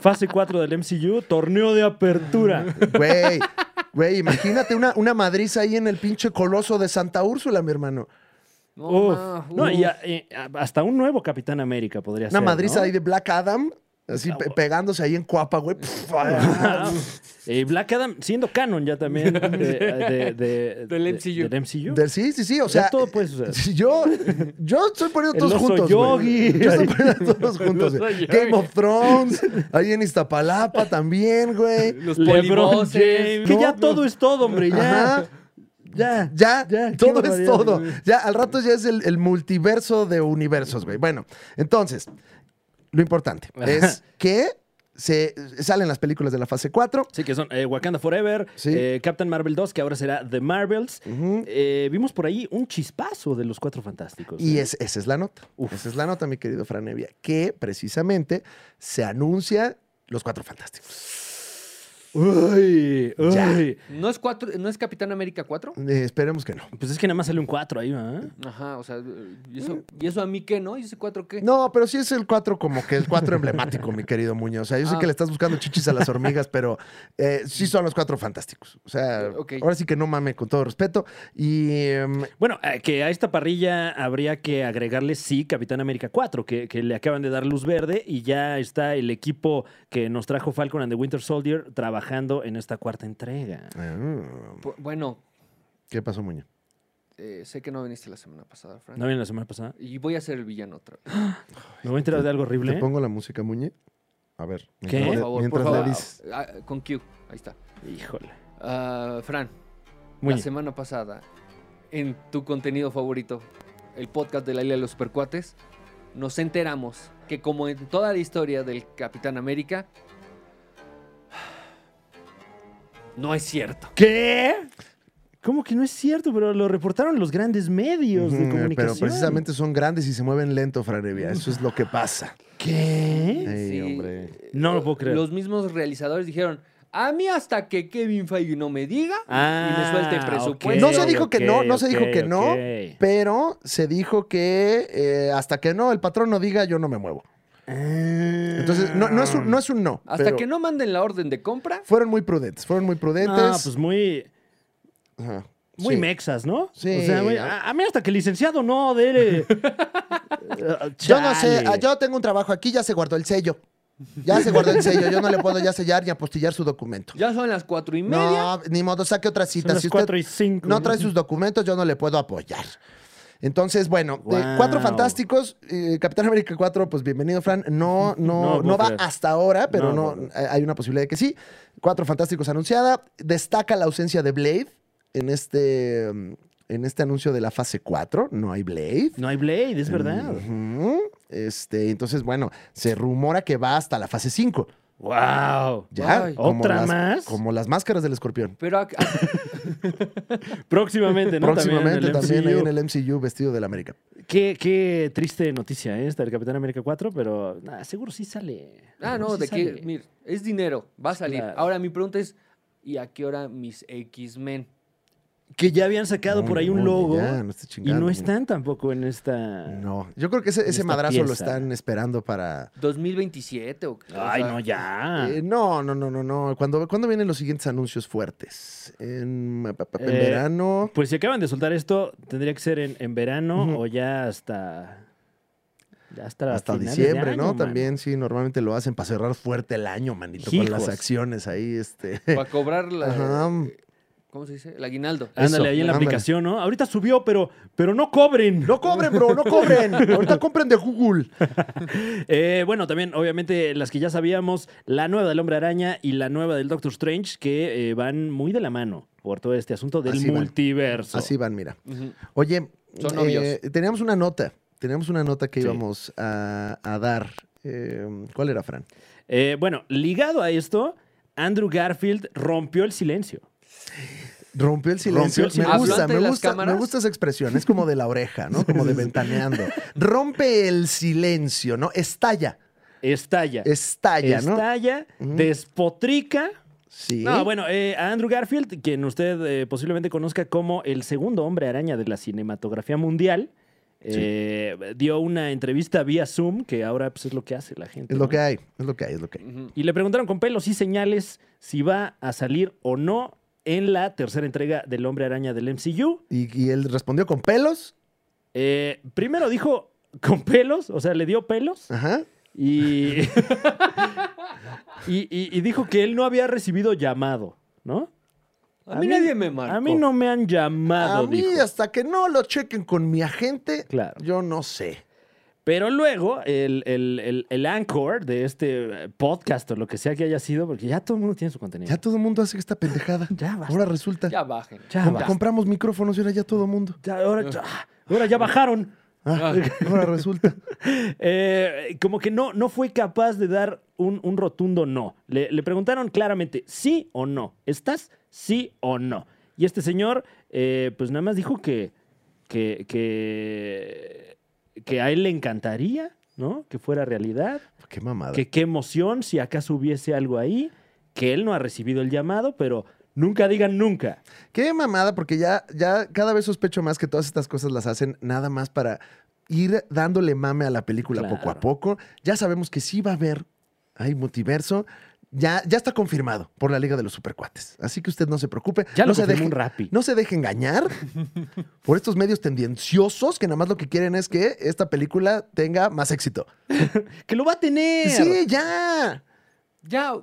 A: fase 4 del MCU, torneo de apertura.
B: Güey, güey, imagínate una, una madriz ahí en el pinche coloso de Santa Úrsula, mi hermano.
C: No,
A: Uf.
C: ma, uh,
A: No,
C: uf.
A: y a- eh, a- hasta un nuevo Capitán América podría
B: Una
A: ser.
B: madriz
A: ¿no?
B: ahí de Black Adam, así
A: Ah,
B: pe-
A: güey.
B: pegándose ahí en cuapa, güey. Pff, ah.
A: Ah, eh, Black Adam, siendo canon ya también de- de- de-
C: Del
A: de-
C: MCU.
A: Del MCU.
B: De- sí, sí, sí. O
A: Ya
B: sea,
A: todo puede suceder.
B: si yo, yo estoy poniendo
A: El
B: todos
A: oso
B: juntos. güey.
A: yogi.
B: Yo estoy poniendo todos juntos.
C: El oso
B: güey.
C: yogi.
B: Game of Thrones, ahí en Iztapalapa también, güey.
C: los
A: LeBron James.
C: polivoces.
A: Que ya
B: No,
A: todo es todo, hombre. Ya.
B: Ajá.
A: Ya.
B: Ya,
A: Ya, qué
B: todo es
A: barbaridad,
B: todo.
A: güey.
B: Ya, al rato ya es el, el multiverso de universos, güey. Bueno, entonces, lo importante es que se salen las películas de la fase 4.
A: Sí, que son eh, Wakanda Forever,
B: Sí.
A: eh, Captain Marvel 2, que ahora será The Marvels.
B: Ujú.
A: Eh, vimos por ahí un chispazo de los cuatro fantásticos.
B: Y
A: ¿eh?
B: es, esa es la nota.
A: Uf.
B: Esa es la nota, mi querido Franevia, que precisamente se anuncia Los Cuatro Fantásticos.
A: Uy, uy.
B: Ya.
C: ¿No es, cuatro, ¿No es Capitán América 4?
B: Eh, esperemos que no.
A: Pues es que nada más sale un cuatro ahí, ¿verdad?
C: Ajá, o sea, ¿y eso, ¿y eso a mí qué, no? ¿Y ese 4 qué?
B: No, pero sí es el 4 como que el 4 emblemático, mi querido Muñoz. O sea, yo sé
C: Ah.
B: que le estás buscando chichis a las hormigas, pero eh, sí son los cuatro fantásticos. O sea,
C: Ok.
B: ahora sí que no mame con todo respeto. Y em,
A: Bueno, eh, que a esta parrilla habría que agregarle, sí, Capitán América 4, que, que le acaban de dar luz verde y ya está el equipo que nos trajo Falcon and the Winter Soldier trabajando en esta cuarta entrega.
B: Ah,
C: Pu- Bueno,
B: ¿Qué pasó, Muñoz?
C: eh, sé que no viniste la semana pasada, Frank.
A: ¿No viene la semana pasada?
C: Y voy a ser el villano otra vez.
A: ¿Me voy a enterar de algo horrible?
B: ¿Te
A: eh?
B: pongo la música, Muñe? A ver.
A: ¿Qué?
B: mientras
A: Por
B: le-
C: favor,
B: mientras
C: por favor.
B: le dices.
C: Ah, con Q, ahí está.
A: Híjole.
C: Ah, Fran,
A: Muy
C: la
A: bien.
C: semana pasada, en tu contenido favorito, el podcast de la Isla de los Supercuates, nos enteramos que como en toda la historia del Capitán América, no es cierto.
A: ¿Qué? ¿Cómo que no es cierto? Pero lo reportaron los grandes medios de
B: Ujú,
A: comunicación.
B: Pero precisamente son grandes y se mueven lento, Franevia. Eso es lo que pasa.
A: ¿Qué?
B: Ey,
C: Sí,
B: hombre.
C: eh,
A: No lo puedo creer.
C: Los mismos realizadores dijeron, a mí hasta que Kevin Feige no me diga
B: Eh,
C: y me suelte el
A: Ah,
C: presupuesto.
B: No se dijo que no, no se
A: ok,
B: dijo que no,
A: ok.
B: Pero se dijo que eh, hasta que no, el patrón no diga, yo no me muevo. Entonces, no, no es, un, no es un no.
C: Hasta
B: pero
C: que no manden la orden de compra.
B: Fueron muy prudentes, fueron muy prudentes.
A: No, pues muy...
B: Ajá,
A: Muy
B: sí.
A: mexas, ¿no?
B: Sí.
A: O sea, güey, a, a mí hasta que el licenciado no dele. Eh,
B: Yo no sé, ah, yo tengo un trabajo aquí, ya se guardó el sello. Ya se guardó el sello, yo no le puedo ya sellar ni apostillar su documento.
C: Ya son las cuatro y media.
B: No, ni modo, saque otra cita.
A: Las
B: Si usted
A: 4 y 5.
B: no trae sus documentos, yo no le puedo apoyar. Entonces, bueno, de
A: Guau.
B: Cuatro Fantásticos, eh, Capitán América 4, pues bienvenido, Fran. No,
A: No
B: no,
A: lo
B: no,
A: puedo
B: va
A: creer.
B: hasta ahora, pero
A: No lo puedo
B: no, eh, hay una posibilidad de que sí. Cuatro Fantásticos anunciada. Destaca la ausencia de Blade en este, mm, en este anuncio de la fase 4. No hay Blade.
A: No hay Blade,
B: Mm.
A: es verdad.
B: Ujú. Este, entonces, bueno, se rumora que va hasta la fase 5.
A: ¡Wow!
B: Ya,
C: Ay.
B: como
A: ¿Otra
B: las-
A: más?
B: Como las máscaras del escorpión.
C: Pero a- a-
A: Próximamente, ¿no?
B: Próximamente también, ahí
A: MCU.
B: en el MCU vestido del América.
A: Qué, qué triste noticia ¿eh? esta del Capitán América 4, pero nah, seguro sí sale.
C: ah,
A: Seguro
C: no,
A: sí
C: de
A: sale.
C: que, mira, es dinero, va a salir.
A: Claro.
C: Ahora mi pregunta es, ¿y a qué hora mis X-Men?
A: Que ya habían sacado por ahí un
B: Hombre,
A: logo
B: ya, no estés
A: y
B: chingando.
A: no están tampoco en esta.
B: No, yo creo que ese,
A: en
B: ese
A: esta
B: madrazo lo
A: pieza.
B: están esperando para.
C: ¿2027 o qué? O
A: Ay,
C: sea,
A: no, ya.
B: Eh, no, no, no, no, no. ¿Cuándo, cuándo vienen los siguientes anuncios fuertes? En, pa- pa- pa- en
A: Eh,
B: verano.
A: Pues si acaban de soltar esto, tendría que ser en, en verano
B: Ujú.
A: o ya hasta. Ya hasta,
B: Hasta
A: finales de
B: diciembre,
A: año,
B: ¿no?
A: mano.
B: También, sí, normalmente lo hacen para cerrar fuerte el año, manito, con
A: Hijos.
B: las acciones ahí, este.
C: Para cobrar la...
B: Ajá.
C: ¿Cómo se dice? El aguinaldo.
A: Ándale
B: Eso,
A: ahí en la
B: ándale.
A: aplicación, ¿no? Ahorita subió, pero, pero no cobren.
B: No cobren, bro, no cobren. Ahorita compren de Google.
A: Eh, bueno, también, obviamente, las que ya sabíamos, la nueva del Hombre Araña y la nueva del Doctor Strange, que eh, van muy de la mano por todo este asunto del
B: Así van.
A: multiverso.
B: Así van, mira.
C: Ujú.
B: Oye, eh,
C: Son novios.
B: teníamos una nota. Teníamos una nota que
A: Sí.
B: íbamos a, a dar. Eh, ¿Cuál era, Fran?
A: Eh, bueno, ligado a esto, Andrew Garfield rompió el silencio.
B: Rompió el silencio.
A: Rompió el silencio.
B: Me gusta,
C: Hablante
B: me
C: de las
B: gusta, me
C: cámaras.
B: gusta esa expresión. Es como de la oreja, ¿no? Como de ventaneando. Rompe el silencio, ¿no? Estalla.
A: Estalla.
B: Estalla, ¿no?
A: Estalla,
B: Ujú.
A: despotrica.
B: Sí.
A: No, bueno, eh, a Andrew Garfield, quien usted eh, posiblemente conozca como el segundo hombre araña de la cinematografía mundial, eh, dio una entrevista vía Zoom, que ahora pues, es lo que hace la gente.
B: Es lo
A: ¿no?
B: que hay, es lo que hay, es lo que hay.
C: Ujú.
A: Y le preguntaron con pelos y señales si va a salir o no en la tercera entrega del Hombre Araña del MCU.
B: Y, y él respondió con pelos.
A: Eh, primero dijo con pelos, o sea, le dio pelos
B: Ajá.
A: y, y, y- y dijo que él no había recibido llamado, ¿no?
C: A mí nadie me marcó.
A: A mí no me han
C: Ah,
A: llamado,
B: A mí,
A: dijo.
B: hasta que no lo chequen con mi agente,
A: Claro.
B: yo no sé.
A: Pero luego el, el, el- el anchor de este eh, podcast o lo que sea que haya sido, porque ya todo el mundo tiene su contenido.
B: Ya todo el mundo hace esta pendejada.
A: Ya basta.
B: Ahora resulta.
C: Ya bajen.
A: Ya
B: com-
A: basta.
B: compramos micrófonos y ahora ya todo el mundo.
A: Ya, ahora, ya- ahora ya bajaron.
B: Ah, ahora resulta.
A: Eh, como que no, no fue capaz de dar un, un rotundo no. Le, le preguntaron claramente, sí o no. ¿Estás? Sí o no. Y este señor, eh, pues nada más dijo que, que, que, que a él le encantaría, ¿no? Que fuera realidad,
B: Qué mamada.
A: que qué emoción si acaso hubiese algo ahí, que él no ha recibido el llamado, pero nunca digan nunca.
B: Qué mamada, porque ya, ya cada vez sospecho más que todas estas cosas las hacen nada más para ir dándole mame a la película
A: Claro.
B: poco a poco. Ya sabemos que sí va a haber, hay multiverso. Ya, ya está confirmado por la Liga de los Supercuates. Así que usted no se preocupe.
A: Ya lo
B: no se
A: confirmó
B: deje,
A: un Rappi.
B: No se deje engañar por estos medios tendenciosos que nada más lo que quieren es que esta película tenga más éxito.
A: Que lo va a tener.
B: Sí, ya.
C: Ya,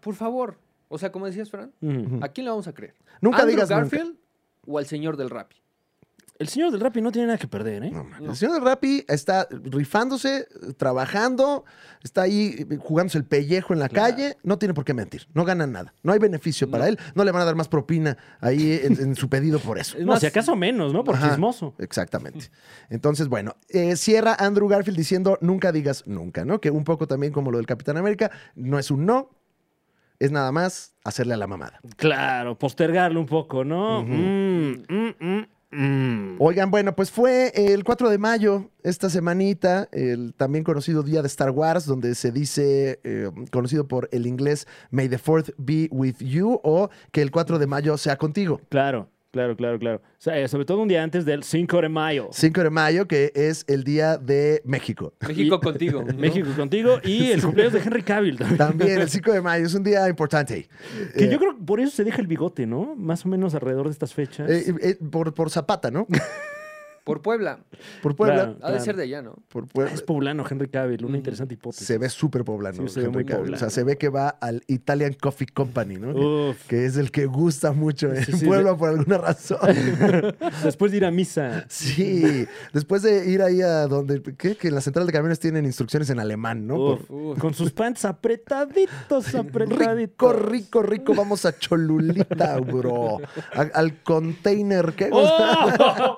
C: por favor. O sea, como decías, Fran,
A: Mm.
C: ¿a quién le vamos a creer?
B: Nunca
C: ¿Andrew
B: digas nunca.
C: Garfield o al señor del rap?
A: El señor del Rappi no tiene nada que perder, ¿eh?
B: No, man.
C: No.
B: El señor del Rappi está rifándose, trabajando, está ahí jugándose el pellejo en la
C: Claro.
B: calle. No tiene por qué mentir. No gana nada. No hay beneficio para él. No le van a dar más propina ahí en, en su pedido por eso.
A: No, si acaso menos, ¿no? Por
B: Ajá.
A: chismoso.
B: Exactamente. Entonces, bueno, eh, cierra Andrew Garfield diciendo nunca digas nunca, ¿no? Que un poco también como lo del Capitán América, no es un no, es nada más hacerle a la mamada.
A: Claro, postergarlo un poco, ¿no?
B: Ujú.
A: Mm, mm, mm, mm.
B: Oigan, bueno, pues fue el 4 de mayo, esta semanita, el también conocido día de Star Wars, donde se dice, eh, conocido por el inglés, May the 4th be with you, o que el 4 de mayo sea contigo.
A: Claro, claro, claro, claro. O sea, eh, sobre todo un día antes del 5 de mayo.
B: 5 de mayo, que es el día de México.
C: México contigo. ¿no?
A: México contigo y el cumpleaños de Henry Cavill también.
B: También el 5 de mayo es un día importante.
A: Que
B: Eh,
A: yo creo que por eso se deja el bigote, ¿no? Más o menos alrededor de estas fechas.
B: eh, eh, por, por Zapata, ¿no?
C: Por Puebla.
B: Por Puebla.
A: Claro.
C: Ha de ser de allá, ¿no?
B: Por
A: Ah,
B: Puebla.
A: es poblano Henry Cavill, una interesante hipótesis.
B: Se ve súper
A: Sí,
B: poblano.
A: se ve muy
B: Henry Cavill. O sea,
A: poblano.
B: se ve que va al Italian Coffee Company, ¿no? Que-
A: Uf,
B: que es el que gusta mucho ¿eh? en
A: Sí, sí,
B: Puebla por alguna razón.
A: después de ir a misa.
B: Sí, después de ir ahí a donde, ¿qué? Que en la central de camiones tienen instrucciones en alemán, ¿no?
A: Uf,
C: Uf.
A: Con sus pants apretaditos,
B: Por-
A: apretaditos.
B: rico, rico, rico, vamos a Cholulita, bro. A- al container, ¿qué?
A: ¡Oh!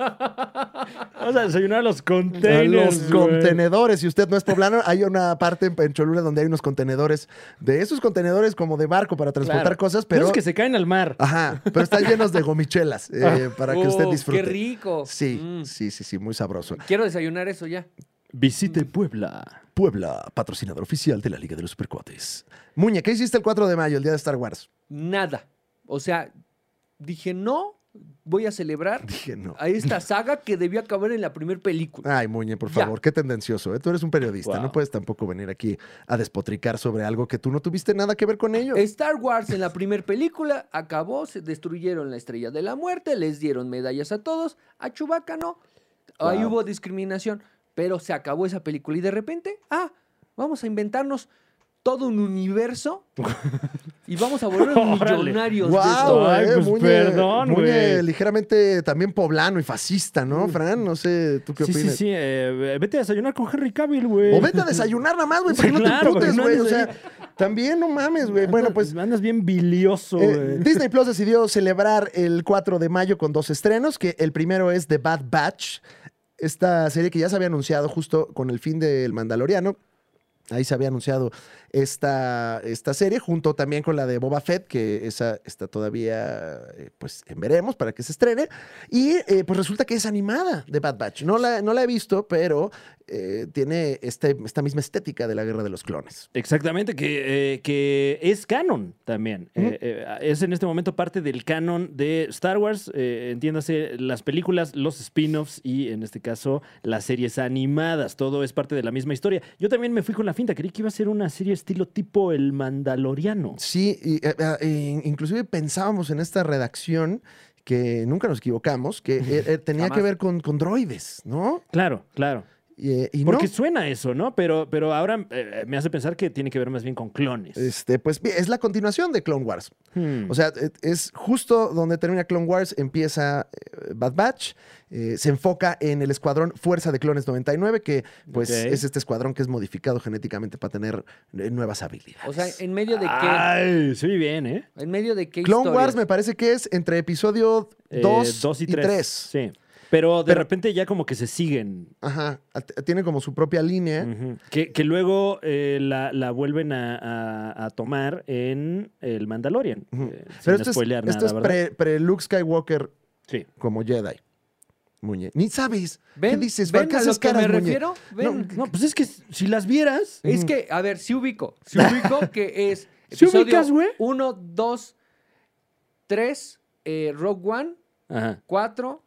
A: Vamos a desayunar a los
B: A
A: containers.
B: los
A: ¡Oh! güey.
B: contenedores, si usted no es poblano, hay una parte en, en Cholula donde hay unos contenedores, de esos contenedores como de barco para transportar
A: Claro.
B: cosas,
A: Esos
B: pero... Ah.
A: que se caen al mar.
B: Ajá, pero están llenos de gomichelas eh, para que usted
A: Oh,
C: Uf,
B: disfrute.
C: Oh, ¡Qué rico!
B: Sí,
C: Mm.
B: sí, sí, sí, muy sabroso.
C: Quiero desayunar eso ya.
A: Visite Puebla.
B: Puebla, patrocinador oficial de la Liga de los Supercuates. Muñe, ¿qué hiciste el 4 de mayo, el día de Star Wars?
C: Nada. O sea, dije no, voy a celebrar
B: Dije, no.
C: a esta saga que debió acabar en la primera película.
B: Ay, Muñe, por
C: Ya.
B: favor, qué tendencioso. ¿eh? Tú eres un periodista,
A: Wow.
B: no puedes tampoco venir aquí a despotricar sobre algo que tú no tuviste nada que ver con ello.
C: Star Wars en la primera película acabó, se destruyeron la estrella de la muerte, les dieron medallas a todos, a Chewbacca no. Ahí
A: Wow.
C: hubo discriminación, pero se acabó esa película y de repente, ah, vamos a inventarnos todo un universo y vamos a volver
A: Órale.
C: millonarios de esto.
B: Wow,
A: Ay, pues, perdón,
B: ¿eh? Muñe
A: güey.
B: ligeramente también poblano y fascista, ¿no, Fran? No sé, ¿tú qué
A: Sí, sí,
B: opinas?
A: sí. eh, vete a desayunar con Henry Cavill, güey.
B: O vete a desayunar nada más, güey, para
A: Sí,
B: que
A: claro,
B: no te emputes,
A: porque
B: güey.
A: no
B: O sea, también no mames, güey. Bueno, pues
A: Andas bien bilioso,
B: Eh,
A: güey.
B: Disney Plus decidió celebrar el 4 de mayo con dos estrenos, que el primero es The Bad Batch, esta serie que ya se había anunciado justo con el fin del Mandaloriano. Ahí se había anunciado esta, esta serie, junto también con la de Boba Fett, que esa está todavía eh, pues en veremos para que se estrene. Y eh, pues resulta que es animada de Bad Batch. No la, no la he visto, pero eh, tiene este- esta misma estética de la Guerra de los Clones.
A: Exactamente, que, eh, que es canon también.
B: Ujú.
A: Eh, eh, es en este momento parte del canon de Star Wars, eh, entiéndase, las películas, los spin-offs y en este caso las series animadas. Todo es parte de la misma historia. Yo también me fui con la finta, creí que iba a ser una serie estilo tipo El Mandaloriano.
B: Sí, y, eh, eh, in- inclusive pensábamos en esta redacción que nunca nos equivocamos, que eh, eh, tenía que
C: Jamás.
B: ver con, con droides, ¿no?
A: Claro, claro.
B: Y, eh, y no.
A: Porque suena eso, ¿no? Pero, pero ahora eh, me hace pensar que tiene que ver más bien con clones.
B: Este, pues bien, es la continuación de Clone Wars.
A: Hmm.
B: O sea, e- es justo donde termina Clone Wars, empieza eh, Bad Batch, eh, se enfoca en el escuadrón Fuerza de Clones 99, que pues
A: Ok.
B: es este escuadrón que es modificado genéticamente para tener eh, nuevas habilidades.
C: O sea, ¿en medio de qué?
A: Ay, sí, bien, ¿eh?
C: ¿En medio de qué
B: Clone
C: historias?
B: Wars me parece que es entre episodio
A: Eh,
B: 2
A: dos
B: y 3.
A: Sí. Pero de
B: Pero-
A: repente ya como que se siguen.
B: Ajá, at- tiene como su propia línea.
A: Ujú. que, que luego eh, la, la vuelven a, a- a tomar en el Mandalorian.
B: Ujú.
A: Eh, sin
B: Pero esto es,
A: spoilear nada,
B: esto es
A: ¿verdad?
B: pre, pre Luke Skywalker
A: Sí.
B: como Jedi. Muñe. Ni sabes. ¿Qué
C: ¿Ven?
B: dices?
C: ¿Ven
B: Barcas
C: a lo
B: esas
C: que me
B: caras, Muñe. mm,
C: refiero? Ven.
A: No, pues es que si las vieras.
C: Es que, a ver, si ubico. Si ubico que es
A: ¿Sí
C: episodio
A: ubicas, güey?
C: 1, 2, 3, eh, Rogue One,
A: Ajá.
C: 4,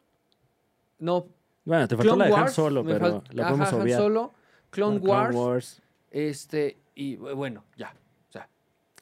C: no,
A: Bueno, te faltó
C: Clone
A: la de Han
C: Wars.
A: Solo,
C: me
A: pero
C: fal-
A: la
C: ajá,
A: podemos
C: Han
A: obviar. Ah,
C: Solo, Clone,
A: No,
C: Wars, este, y eh, bueno, ya. o sea,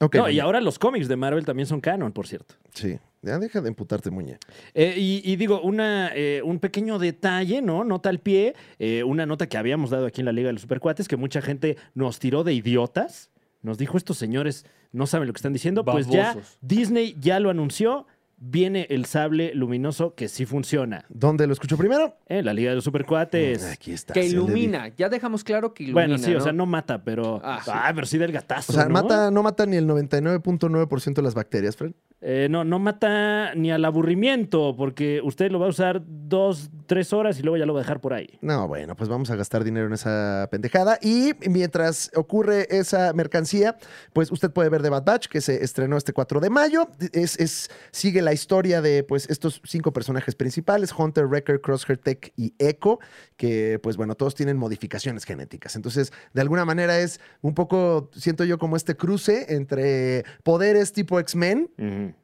B: Ok,
A: No, y
B: Muñe.
A: ahora los cómics de Marvel también son canon, por cierto.
B: Sí. Ya deja de emputarte, Muñe.
A: Eh, y, y digo, una, eh, un pequeño detalle, ¿no? Nota al pie, eh, una nota que habíamos dado aquí en la Liga de los Supercuates, que mucha gente nos tiró de idiotas. Nos dijo, estos señores no saben lo que están diciendo. Pues ya
C: Babosos.
A: Disney ya lo anunció. Viene el sable luminoso que sí funciona.
B: ¿Dónde lo escucho primero?
A: En la Liga de los Supercuates.
B: Aquí está.
C: que
B: se le dijo.
C: ilumina. Ya dejamos claro que ilumina.
A: Bueno, sí, o sea, no mata, pero. Ah,
C: Ah, sí.
A: pero sí del gatazo.
B: O sea,
A: ¿no?
B: mata, no mata ni el 99.9% de las bacterias, Fred.
A: Eh, no, no mata ni al aburrimiento, porque usted lo va a usar dos, tres horas y luego ya lo va a dejar por ahí.
B: No, bueno, pues vamos a gastar dinero en esa pendejada. Y mientras ocurre esa mercancía, pues usted puede ver The Bad Batch, que se estrenó este 4 de mayo. Es, es- sigue la historia de pues estos cinco personajes principales: Hunter, Wrecker, Crosshair Tech y Echo, que pues bueno, todos tienen modificaciones genéticas. Entonces, de alguna manera es un poco, siento yo, como este cruce entre poderes tipo X-Men
A: Ujú.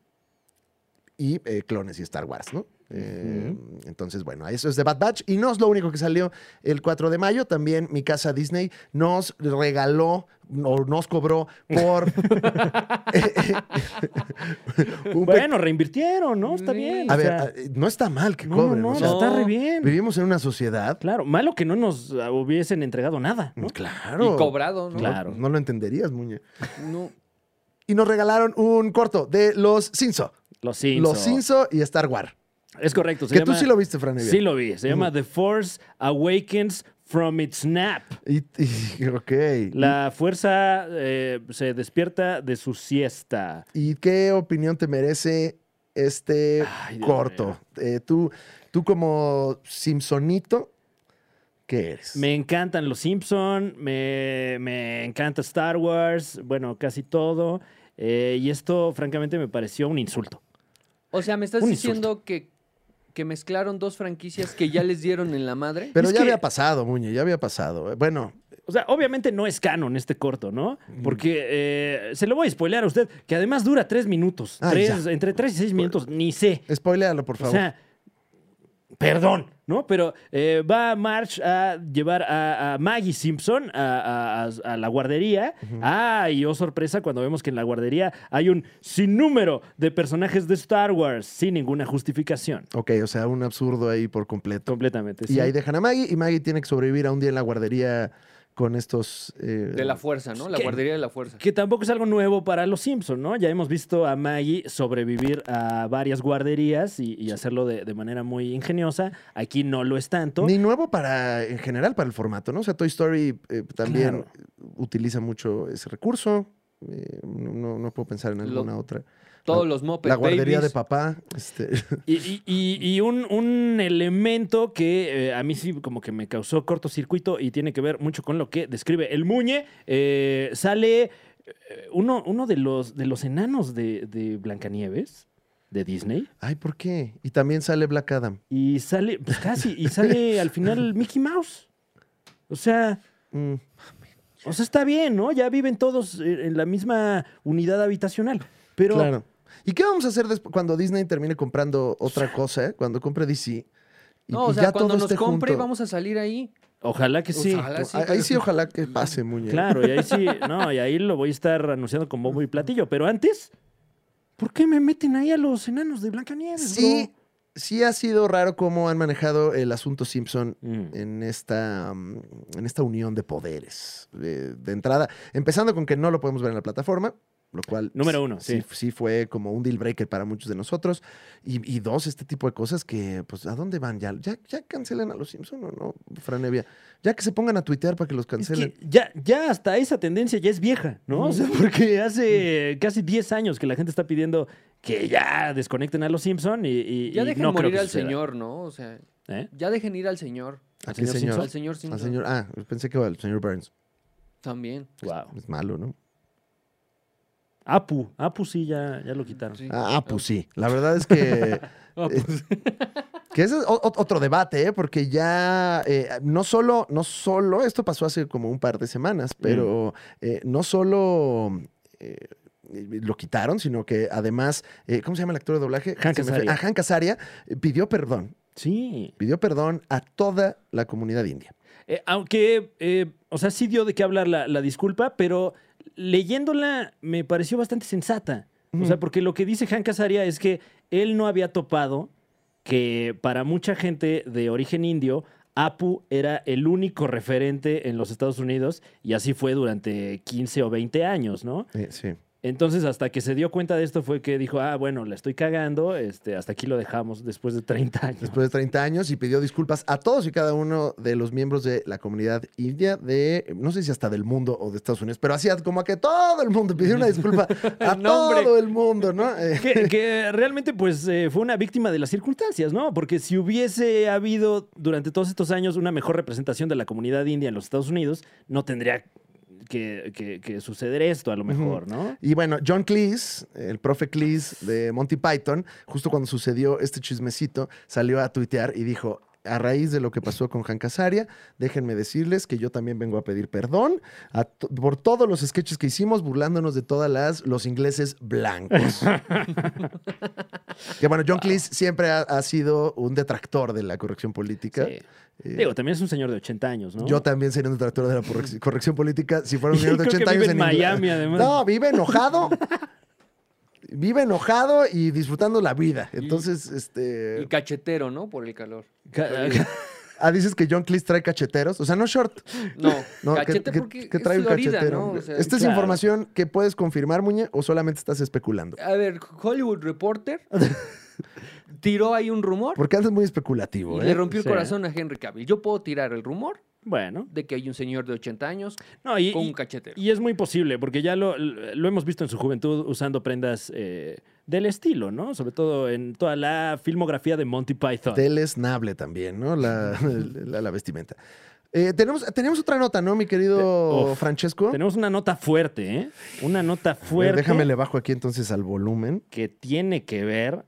B: y eh, clones y Star Wars, ¿no? Eh, entonces, bueno, eso es de Bad Batch. Y no es lo único que salió el 4 de mayo. También mi casa Disney nos regaló o nos cobró por. un pe-
A: Bueno, reinvirtieron, ¿no? Está bien.
B: A
A: o
B: ver,
A: sea,
B: a- eh, no está mal que
A: no,
B: cobren.
A: no,
B: o sea,
C: no.
A: está re bien.
B: Vivimos en una sociedad.
A: Claro, malo que no nos ah, hubiesen entregado nada, ¿no?
B: Mm, Claro.
C: Y cobrado, ¿no?
A: Claro.
B: No lo entenderías, Muñe.
C: No.
B: Y nos regalaron un corto de los Cinzo.
A: Los Simpsons.
B: Los Cinzo y Star Wars.
A: Es correcto. se
B: Que tú
A: llama-
B: sí lo viste, Fran. Evia.
A: Sí lo vi. Se llama The Force Awakens from its nap.
B: Y, y- ok.
A: La fuerza eh, se despierta de su siesta.
B: ¿Y qué opinión te merece este
A: Ay, Dios
B: corto? Eh, tú, tú como Simpsonito, ¿qué eres?
A: Me encantan los Simpson, me, me encanta Star Wars, bueno, casi todo. Eh, y esto, francamente, me pareció un insulto.
C: O sea, me estás
A: Un
C: diciendo que, que mezclaron dos franquicias que ya les dieron en la madre.
B: Pero
A: es
B: ya
A: que-
B: había pasado, Muñe, ya había pasado. Eh, Bueno,
A: O sea, obviamente no es canon este corto, ¿no? Porque eh, se lo voy a spoilear a usted, que además dura tres minutos.
B: Ah,
A: Tres-
B: ya.
A: entre tres y seis minutos, ni sé.
B: spoilealo, por
A: O
B: favor.
A: sea, perdón, ¿no? Pero eh, va March a llevar a, a Maggie Simpson a, a- a- a la guardería. Ah, y oh sorpresa cuando vemos que en la guardería hay un sinnúmero de personajes de Star Wars sin ninguna justificación.
B: ok, o sea, un absurdo ahí por completo.
A: Completamente.
B: Y
A: Pues sí.
B: ahí dejan a Maggie y Maggie tiene que sobrevivir a un día en la guardería con estos... eh,
C: De la fuerza, ¿no? La
A: ¿Qué?
C: guardería de la fuerza.
A: Que tampoco es algo nuevo para los Simpson, ¿no? Ya hemos visto a Maggie sobrevivir a varias guarderías y, y hacerlo de, de manera muy ingeniosa. Aquí no lo es tanto.
B: Ni nuevo para, en general, para el formato, ¿no? O sea, Toy Story eh, también
A: Claro.
B: utiliza mucho ese recurso. Eh, no, no puedo pensar en
C: Lo-
B: alguna otra.
C: Todos los moped
B: La guardería
C: Babies.
B: de papá. este,
A: Y, y- y- y un, un elemento que eh, a mí sí como que me causó cortocircuito y tiene que ver mucho con lo que describe el Muñe, eh, sale eh, uno, uno de, los, de los enanos de, de Blancanieves, de Disney,
B: Ay, ¿por qué? Y también sale Black Adam.
A: y sale, pues casi, y sale al final Mickey Mouse. O sea,
B: Mm.
A: o sea, está bien, ¿no? Ya viven todos eh, en la misma unidad habitacional. Pero
B: claro. ¿Y qué vamos a hacer después cuando Disney termine comprando otra cosa? eh? Cuando compre DC. y-
C: No, o
B: y
C: sea,
B: ya
C: cuando
B: todo
C: nos
B: esté
C: compre
B: junto.
C: vamos a salir ahí.
A: ojalá que sí.
C: Ojalá sí,
B: ahí, ahí
C: pero-
B: sí, ojalá que pase, muñeco.
A: Claro, y ahí sí, no, y ahí lo voy a estar anunciando con bombo y platillo. Pero antes, ¿por qué me meten ahí a los enanos de Blancanieves?
B: Sí, sí ha sido raro cómo han manejado el asunto Simpson
A: bro? Mm.
B: en esta, mm, en esta unión de poderes. De, de entrada, empezando con que no lo podemos ver en la plataforma, lo cual...
A: Número uno, sí.
B: sí fue como un deal breaker para muchos de nosotros. Y, y dos, este tipo de cosas que, pues, ¿a dónde van? ¿Ya, ya, ya cancelan a los Simpson o no, Franevia? Ya que se pongan a tuitear para que los
A: Es
B: cancelen.
A: que ya, ya hasta esa tendencia ya es vieja, ¿no? O sea, porque hace casi 10 años que la gente está pidiendo que ya desconecten a los Simpson y, y-
C: Ya
A: y
C: dejen
A: no creo
C: morir
A: que
C: al
A: suceda.
C: señor, ¿no? O sea,
A: ¿Eh?
C: ya dejen ir al señor.
B: ¿A
A: ¿Al
B: qué
A: señor
B: señor?
A: Simpson?
C: Al señor Simpson.
B: Al señor, ah, pensé que al señor Burns.
C: También.
A: Wow.
B: Es malo, ¿no?
A: Apu, Apu sí, ya, ya lo quitaron.
C: Sí.
B: Ah, ah, pues sí. La verdad es que... eh,
C: Ah, pues,
B: Que ese es o- o- otro debate, ¿eh? porque ya eh, no solo, no solo, esto pasó hace como un par de semanas,
C: Mm.
B: pero eh, no solo eh, lo quitaron, sino que además, eh, ¿cómo se llama el actor de doblaje?
A: Hank
B: Se me fue.
A: Azaria.
B: Ah, Hank Azaria eh, pidió perdón,
A: Sí.
B: pidió perdón a toda la comunidad india.
A: Eh, aunque, eh, o sea, sí dio de qué hablar la, la disculpa, pero leyéndola me pareció bastante sensata. O sea, porque lo que dice Hank Azaria es que él no había topado que para mucha gente de origen indio, Apu era el único referente en los Estados Unidos y así fue durante 15 o 20 años, ¿no?
B: Eh, sí.
A: Entonces, hasta que se dio cuenta de esto fue que dijo, ah, bueno, la estoy cagando, este, hasta aquí lo dejamos después de 30 años.
B: Después de 30 años y pidió disculpas a todos y cada uno de los miembros de la comunidad india de, no sé si hasta del mundo o de Estados Unidos, pero hacía como a que todo el mundo pidió una disculpa a
C: No, hombre.
B: todo el mundo, ¿no? Eh,
A: Que, que realmente pues eh, fue una víctima de las circunstancias, ¿no? Porque si hubiese habido durante todos estos años una mejor representación de la comunidad india en los Estados Unidos, no tendría que, que- que suceder esto a lo mejor, ¿no?
B: Y bueno, John Cleese, el profe Cleese de Monty Python, justo cuando sucedió este chismecito, salió a tuitear y dijo, a raíz de lo que pasó con Hank Azaria, déjenme decirles que yo también vengo a pedir perdón a to- por todos los sketches que hicimos burlándonos de todas las los ingleses blancos. que bueno, John Cleese siempre ha, ha sido un detractor de la corrección política.
A: Sí.
B: Eh,
A: Digo, también es un señor de 80 años, ¿no?
B: yo también sería un detractor de la correc- corrección política si fuera un
A: Y
B: señor de
A: creo que
B: 80 años
A: vive en
B: Ingl-
A: Miami, además.
B: No, vive enojado. vive enojado y disfrutando la vida. Entonces,
C: y
B: este.
C: cachetero, ¿no? Por el calor.
A: Ca-
B: Ah, dices que John Cleese trae cacheteros. O sea, no short.
C: No,
B: No, que-
C: cachete
B: que,
C: porque
B: que
C: es
B: trae un
C: Florida,
B: cachetero. Este
C: ¿no? O sea,
B: ¿Esta es
A: claro.
B: información que puedes confirmar, Muñe, o solamente estás especulando?
C: A ver, Hollywood Reporter tiró ahí un rumor
B: Porque andas muy
C: y
B: especulativo,
C: le
B: ¿eh?
C: rompió el
A: Sí.
C: corazón a Henry Cavill. Yo puedo tirar el rumor
A: bueno.
C: de que hay un señor de 80 años
A: No, y,
C: con un
A: y,
C: cachetero.
A: y es muy posible, porque ya lo, lo hemos visto en su juventud usando prendas eh, del estilo, ¿no? Sobre todo en toda la filmografía de Monty Python.
B: Telesnable también, ¿no? La, la- la vestimenta. Eh, tenemos, tenemos otra nota, ¿no, mi querido
A: Eh, uf,
B: Francesco?
A: Tenemos una nota fuerte, ¿eh? Una nota
B: A ver,
A: fuerte.
B: Déjame le bajo aquí entonces al volumen.
A: que tiene que ver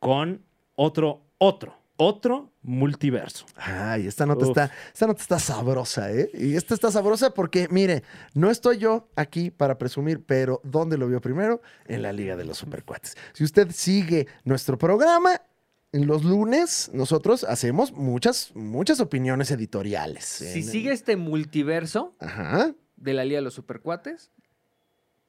A: con otro, otro, otro multiverso.
B: Ay, esta nota,
A: Uf.
B: está, esta nota está sabrosa, ¿eh? Y esta está sabrosa porque, mire, no estoy yo aquí para presumir, pero ¿dónde lo vio primero? En la Liga de los Supercuates. Si usted sigue nuestro programa, en los lunes nosotros hacemos muchas, muchas opiniones editoriales.
C: Si
B: En-
C: sigue este multiverso
B: Ajá.
C: de la Liga de los Supercuates,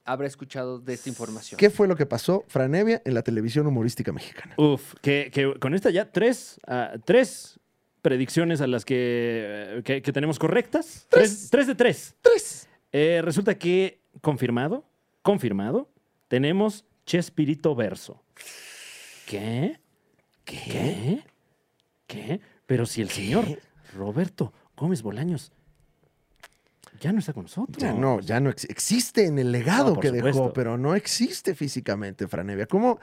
C: habrá escuchado de esta información.
B: ¿Qué fue lo que pasó, Franevia, en la televisión humorística mexicana?
A: Uf, que, que con esta ya tres, ah, tres predicciones a las que, eh, que, que tenemos correctas. Tres. Tres, de tres.
B: Tres.
A: Eh, resulta que, confirmado, confirmado, tenemos Chespirito Verso. ¿Qué? ¿Qué? ¿Qué? Pero si el señor Roberto Gómez Bolaños ya no está con nosotros.
B: Ya no, ya no ex- existe en el legado
A: No, por
B: que dejó,
A: supuesto.
B: pero no existe físicamente, Franevia. ¿Cómo?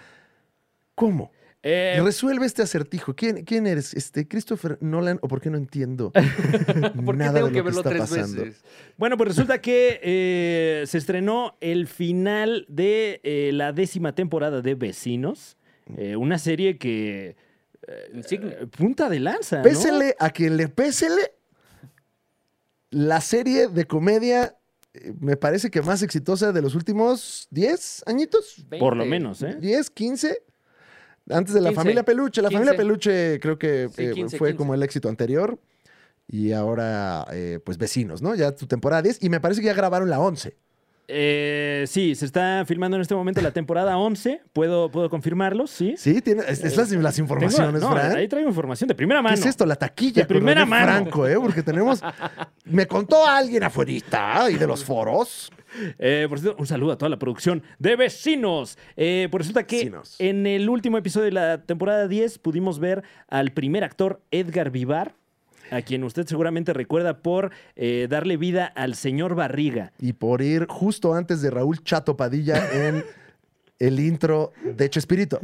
B: ¿Cómo?
A: Eh,
B: Resuelve este acertijo. ¿Quién, quién eres? Este, ¿Christopher Nolan o por qué no entiendo
C: ¿Por qué
B: nada
C: tengo
B: de lo
C: que verlo
B: está
C: tres
B: pasando?
C: veces?
A: Bueno, pues resulta que eh, se estrenó el final de eh, la décima temporada de Vecinos,
B: Mm.
A: eh, una serie que... eh,
C: Insigne.
A: eh, punta de lanza. ¿no?
B: Pésele a quien le pésele. La serie de comedia eh, me parece que más exitosa de los últimos 10 añitos.
A: Por lo
C: 20.
A: menos, ¿eh?
B: 10, 15. Antes de la
C: 15,
B: familia Peluche. La familia
C: 15.
B: Peluche creo que
C: Sí,
B: eh,
C: 15,
B: fue
C: 15.
B: como el éxito anterior. Y ahora, eh, pues vecinos, ¿no? Ya tu temporada 10. Y me parece que ya grabaron la 11.
A: Eh, sí, se está filmando en este momento la temporada 11. Puedo, puedo confirmarlo, sí.
B: Sí, tiene, es, es las, las
A: Tengo-
B: informaciones,
A: no,
B: Fran.
A: Ahí traigo información de primera
B: ¿Qué
A: mano.
B: es esto? La taquilla.
A: De primera
B: con René
A: mano.
B: Franco, ¿eh? Porque tenemos. Me contó alguien afuerita ¿eh? y de los foros.
A: Eh, por cierto, un saludo a toda la producción de Vecinos. Eh, pues resulta que
B: Vecinos.
A: en el último episodio de la temporada 10 pudimos ver al primer actor Edgar Vivar, a quien usted seguramente recuerda por eh, darle vida al señor Barriga.
B: Y por ir justo antes de Raúl Chato Padilla en el intro de Chespirito.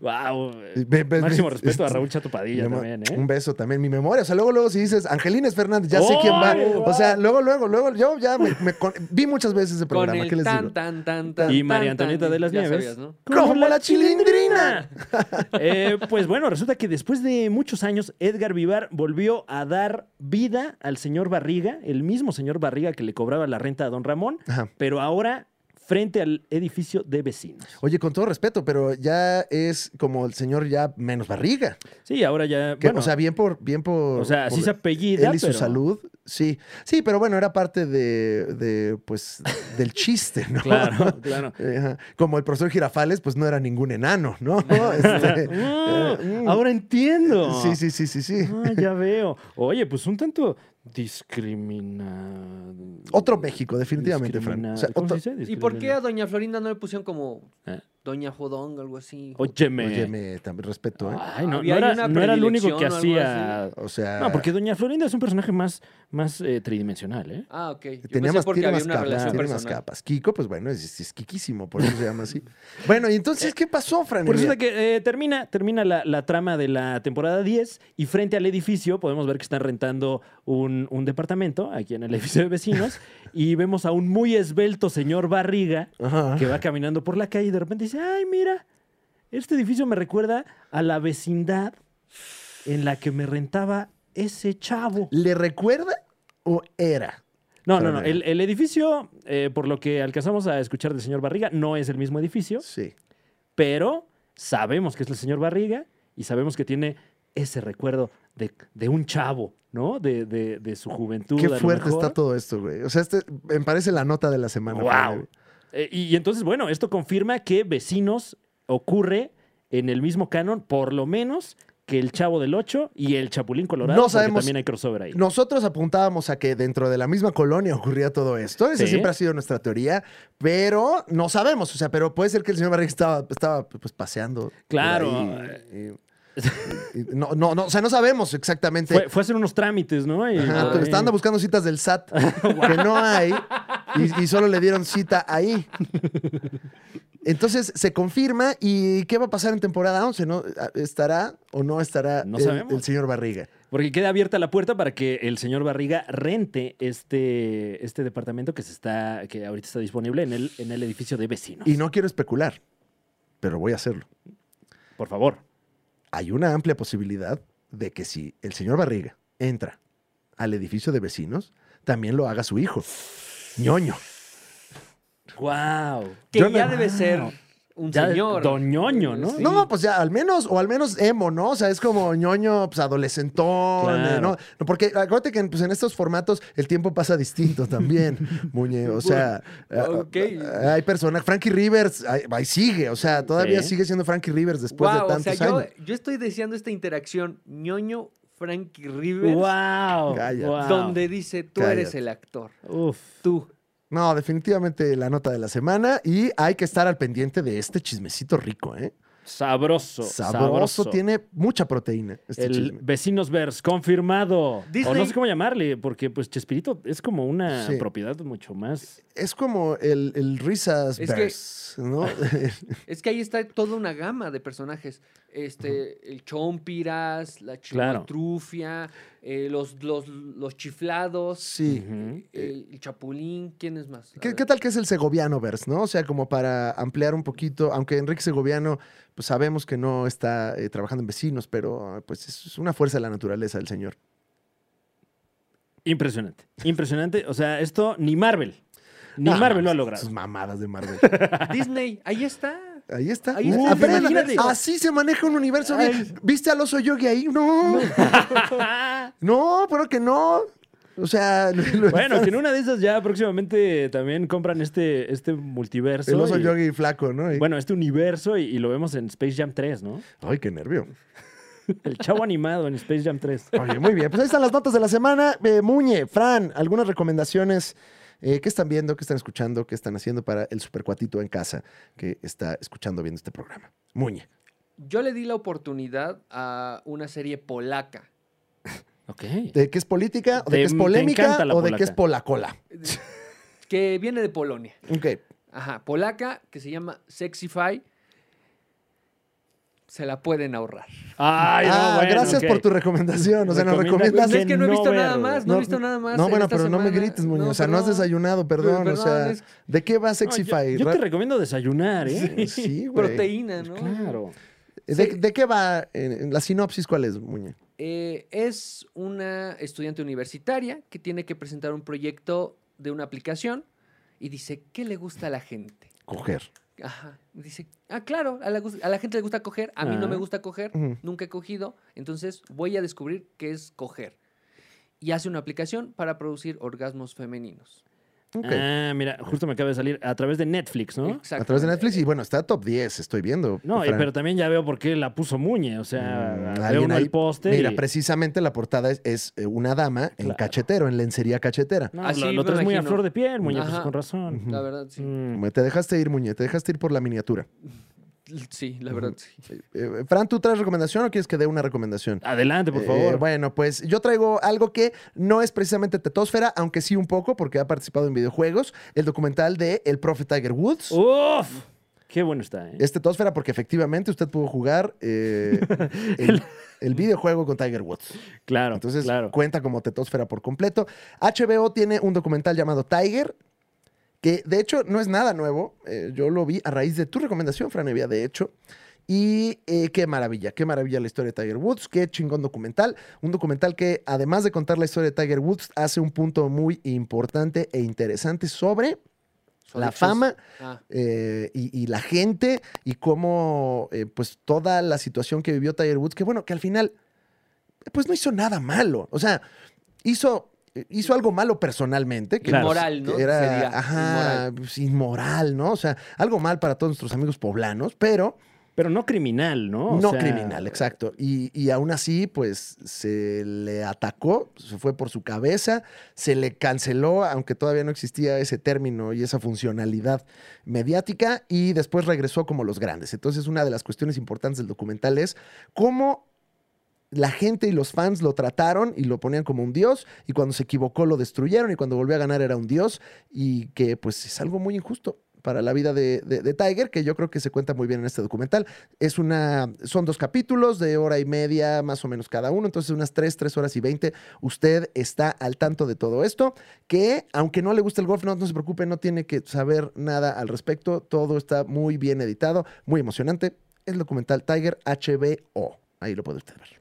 A: ¡Wow!
B: Ve- ve-
A: Máximo
B: ve-
A: respeto a
B: este-
A: Raúl Chatopadilla
B: Mi amor,
A: también,
B: Un
A: ¿eh?
B: beso también, mi memoria. O sea, luego, luego, si dices Angelines Fernández, ya sé
A: ¡Ay,
B: quién va.
A: wow!
B: O sea, luego, luego, luego, yo ya me, me con- vi muchas veces ese
C: Con
B: programa. ¿Qué
C: el
B: les
C: tan,
B: digo?
C: tan, tan, tan.
A: Y
C: tan,
A: María
C: tan,
A: Antonieta de las
C: ya
A: Nieves.
C: sabías, ¿no?
B: ¡Como la chilindrina!
A: Eh, pues bueno, resulta que después de muchos años, Edgar Vivar volvió a dar vida al señor Barriga, el mismo señor Barriga que le cobraba la renta a don Ramón,
B: Ajá.
A: pero ahora frente al edificio de vecinos.
B: Oye, con todo respeto, pero ya es como el señor ya menos barriga.
A: Sí, ahora ya.
B: Que,
A: bueno,
B: o sea, bien por. Bien por por
A: así se apellida.
B: Él y su
A: pero-
B: salud, sí. Sí, pero bueno, era parte de, de, pues, del chiste, ¿no?
A: Claro, claro.
B: Ajá. Como el profesor Girafales, pues no era ningún enano, ¿no? Este,
A: Ah,
B: eh, mm.
A: ahora entiendo.
B: Sí, sí, sí, sí, sí.
A: Ah, ya veo. Oye, pues un tanto discriminado.
B: Otro México, definitivamente, Fran. O sea,
A: ¿Cómo
B: otro-
A: se dice?
C: ¿Y por qué a
A: Discriminado.
C: Doña Florinda no le pusieron como
A: Eh.
C: Doña Jodón o algo así?
A: Óyeme.
B: Oye, me también respeto, ¿eh?
A: Ay, no,
C: Había
A: no era,
C: ahí una
A: no era el único que
C: predilección o algo
A: hacía. Ah.
B: O sea,
A: No, porque Doña Florinda es un personaje más, más eh, tridimensional, ¿eh?
C: Ah, ok.
B: tenía
C: Yo pensé
B: más,
C: porque
B: tiene
C: había
B: más
C: una
B: capas,
C: relación
B: tiene más
C: personal.
B: capas. Kiko, pues bueno, es, es quiquísimo, por eso se llama así. Bueno, y entonces, ¿qué pasó, Fran?
A: Eh, Por
B: Evia?
A: resulta que eh, termina, termina la, la trama de la temporada 10 y frente al edificio podemos ver que están rentando un, un departamento aquí en el edificio de vecinos y vemos a un muy esbelto señor Barriga
B: Ajá.
A: que va caminando por la calle y de repente dice, ay, mira, este edificio me recuerda a la vecindad en la que me rentaba ese chavo.
B: ¿Le recuerda o era?
A: No,
B: Para
A: no, no.
B: nada.
A: El, el edificio, eh, por lo que alcanzamos a escuchar del señor Barriga, no es el mismo edificio,
B: Sí.
A: pero sabemos que es el señor Barriga y sabemos que tiene ese recuerdo de, de un chavo, ¿no? De, de- de su juventud.
B: Qué
A: a lo
B: fuerte
A: mejor.
B: está todo esto, güey. O sea, este me parece la nota de la semana. Fran
A: ¡Wow!
B: Evia.
A: Eh, y, y entonces, bueno, esto confirma que Vecinos ocurre en el mismo canon, por lo menos que el Chavo del 8 y el Chapulín Colorado.
B: No
A: porque
B: sabemos-
A: También hay crossover ahí.
B: Nosotros apuntábamos a que dentro de la misma colonia ocurría todo esto. Esa
A: Sí.
B: siempre ha sido nuestra teoría, pero no sabemos. O sea, pero puede ser que el señor Barriga estaba, estaba pues paseando. por
A: Claro.
B: ahí y- y- y- no, no, no, o sea, no sabemos exactamente.
A: Fue, fue a hacer unos trámites, ¿no? Y- eh,
B: Ajá, pero está andando buscando citas del SAT que no hay y, y solo le dieron cita ahí. Entonces se confirma y ¿qué va a pasar en temporada 11? ¿No? ¿Estará o no estará
A: No
B: el-
A: sabemos.
B: el señor Barriga?
A: Porque queda abierta la puerta para que el señor Barriga rente este, este departamento que se está, que ahorita está disponible en el, en el edificio de vecinos.
B: Y no quiero especular, pero voy a hacerlo.
A: Por favor.
B: Hay una amplia posibilidad de que si el señor Barriga entra al edificio de vecinos, también lo haga su hijo. Ñoño.
A: ¡Wow!
C: Que
B: Yo
C: ya
B: no-
C: debe ser un
A: Ya,
C: señor.
A: doñoño, ¿no?
C: Sí.
B: No, pues ya, al menos, o al menos emo, ¿no? O sea, es como ñoño, pues adolescentón,
A: Claro.
B: eh, ¿no? No, Porque acuérdate que en, pues, en estos formatos el tiempo pasa distinto también, Muñe. O sea,
C: Bueno, ok.
B: eh, hay personas. Frankie Rivers, ahí, ahí sigue, o sea, todavía
A: Sí.
B: sigue siendo Frankie Rivers después
C: Guau,
B: de tantos
C: o sea,
B: años.
C: Yo, yo estoy deseando esta interacción ñoño Frankie Rivers,
A: ¡Wow!
B: Calla.
A: wow.
C: donde dice tú eres
B: Cállate.
C: el actor,
A: Uf.
C: tú.
B: No, definitivamente la nota de la semana y hay que estar al pendiente de este chismecito rico, ¿eh?
A: Sabroso.
B: Sabroso, tiene mucha proteína. Este
A: el
B: chisme.
A: Vecinos Verse, confirmado. O no
C: Disney-
A: sé cómo llamarle, porque pues Chespirito es como una
B: Sí.
A: propiedad mucho más.
B: Es como el, el Risas
C: Es que-
B: Verse, ¿no?
C: Es que ahí está toda una gama de personajes. Este, el Chompiras, la
A: Claro.
C: Chimatrufia, eh, los, los, los chiflados,
B: sí.
A: Ujú.
C: el, el Chapulín, ¿quién es más? A
B: Eh. ¿Qué,
C: ver.
B: qué tal que es el Segoviano Verse, no? O sea, como para ampliar un poquito, aunque Enrique Segoviano, pues sabemos que no está eh, trabajando en vecinos, pero eh, pues es una fuerza de la naturaleza del señor.
A: Impresionante. Impresionante. O sea, esto ni Marvel. Ni
B: Ah,
A: Marvel lo ha
B: Sus
A: logrado.
B: mamadas de Marvel.
C: Disney, ahí está.
B: Ahí está.
C: Ahí
A: está.
B: Aprendan.
A: Imagínate.
B: Así se maneja un universo.
A: Ay.
B: bien. ¿Viste al oso yogi ahí? No. No, pero que no. O sea, lo- lo-
A: Bueno, que en una de esas ya próximamente también compran este, este multiverso.
B: el oso
A: y-
B: yogi flaco, ¿no? Y-
A: Bueno, este universo y, y lo vemos en Space Jam 3, ¿no?
B: Ay, qué nervio.
A: El chavo animado en Space Jam 3.
B: Oye, muy bien. Pues ahí están las notas de la semana. Eh, Muñe, Fran, algunas recomendaciones. Eh, ¿Qué están viendo? ¿Qué están escuchando? ¿Qué están haciendo para el supercuatito en casa que está escuchando viendo este programa? Muñe.
C: Yo le di la oportunidad a una serie polaca.
A: Ok.
B: ¿De qué es política? ¿O de
A: Te-
B: qué es
A: te
B: polémica?
A: encanta la
B: ¿O de qué
A: polaca.
B: es polacola?
C: que viene de Polonia.
B: Ok.
C: Ajá, polaca, que se llama Sexify. Se la pueden ahorrar.
A: Ay, no,
B: ah,
A: bueno,
B: gracias
A: ok.
B: por tu recomendación. O sea, nos
A: Recomienda-
B: recomiendas.
A: Que
C: Pues es que no he
A: no
C: visto nada
A: verlo.
C: más, no, he visto nada más.
B: No,
C: en
B: bueno,
C: esta
B: pero no me
C: semana.
B: grites, Muñe.
C: No,
B: o sea, no has
C: perdón.
B: desayunado, perdón.
C: Perdón,
B: o sea,
C: es-
B: ¿de qué va
A: No, yo-
B: Sexify?
A: yo, te recomiendo desayunar, ¿eh? Pues
B: Sí, güey. Pues
C: Proteína, ¿no?
A: Claro.
B: ¿De,
C: Sí.
B: de qué va? En- en la sinopsis, ¿cuál es, Muñe?
C: Eh, es una estudiante universitaria que tiene que presentar un proyecto de una aplicación y dice, ¿qué le gusta a la gente?
B: Coger.
C: Ajá. Dice, ah, claro, a la, gus- a la gente le gusta coger, a mí no me
A: Ah.
C: gusta coger,
B: Ujú.
C: nunca he cogido, entonces voy a descubrir qué es coger. Y hace una aplicación para producir orgasmos femeninos.
B: Ok.
A: Ah, mira, justo me acaba de salir a través de Netflix, ¿no?
B: A través de
C: Exactamente.
B: Netflix y bueno, está top 10, estoy viendo.
A: No, eh,
B: Fran.
A: pero también ya veo por qué la puso Muñe. O sea,
B: Mm,
A: veo
B: alguien
A: uno
B: ahí-
A: el poste.
B: Mira,
A: y-
B: precisamente la portada es, es, eh, una dama en
A: Claro.
B: cachetero, en lencería cachetera.
A: No,
C: Así
A: lo, lo
C: me
A: traes muy a
C: Ah, imagino.
A: flor de piel, Muñe, pues
C: Ajá.
A: con razón.
C: La verdad, sí.
A: Mm.
B: Te dejaste ir, Muñe, te dejaste ir por la miniatura.
C: Sí, la verdad, sí.
B: Eh, Fran, ¿tú traes recomendación o quieres que dé una recomendación?
A: Adelante, por
B: Eh,
A: favor.
B: bueno, pues yo traigo algo que no es precisamente tetosfera, aunque sí un poco, porque ha participado en videojuegos, el documental de El Profe Tiger Woods.
A: ¡Uf! Qué bueno está, ¿eh?
B: Es tetosfera porque efectivamente usted pudo jugar eh, el, el videojuego con Tiger Woods.
A: Claro,
B: Entonces
A: claro.
B: cuenta como tetósfera por completo. HBO tiene un documental llamado Tiger, que de hecho no es nada nuevo. Eh, yo lo vi a raíz de tu recomendación, Franevia, de hecho. Y eh, qué maravilla, qué maravilla la historia de Tiger Woods, qué chingón documental. Un documental que además de contar la historia de Tiger Woods, hace un punto muy importante e interesante sobre
C: Son
B: la
C: hechos-
B: fama
C: Ah,
B: eh, y, y la gente y cómo eh, pues toda la situación que vivió Tiger Woods, que bueno, que al final pues no hizo nada malo, o sea, hizo, eh, hizo algo malo personalmente. Que
A: Claro.
B: pues,
C: Inmoral, ¿no?
B: que Era,
C: Sería
B: ajá,
C: inmoral.
B: pues, inmoral, ¿no? O sea, algo mal para todos nuestros amigos poblanos, pero
A: Pero no criminal, ¿no? O
B: no
A: sea,
B: criminal, eh. exacto. Y, y aún así, pues se le atacó, se fue por su cabeza, se le canceló, aunque todavía no existía ese término y esa funcionalidad mediática, y después regresó como los grandes. Entonces, una de las cuestiones importantes del documental es cómo la gente y los fans lo trataron y lo ponían como un dios, y cuando se equivocó lo destruyeron, y cuando volvió a ganar era un dios, y que pues es algo muy injusto para la vida de, de- de Tiger, que yo creo que se cuenta muy bien en este documental. Es una, son dos capítulos de hora y media más o menos cada uno, entonces unas tres, tres horas y 20. Usted está al tanto de todo esto, que aunque no le guste el golf, no, no se preocupe, no tiene que saber nada al respecto. Todo está muy bien editado, muy emocionante. El documental Tiger HBO. Ahí lo puede usted ver.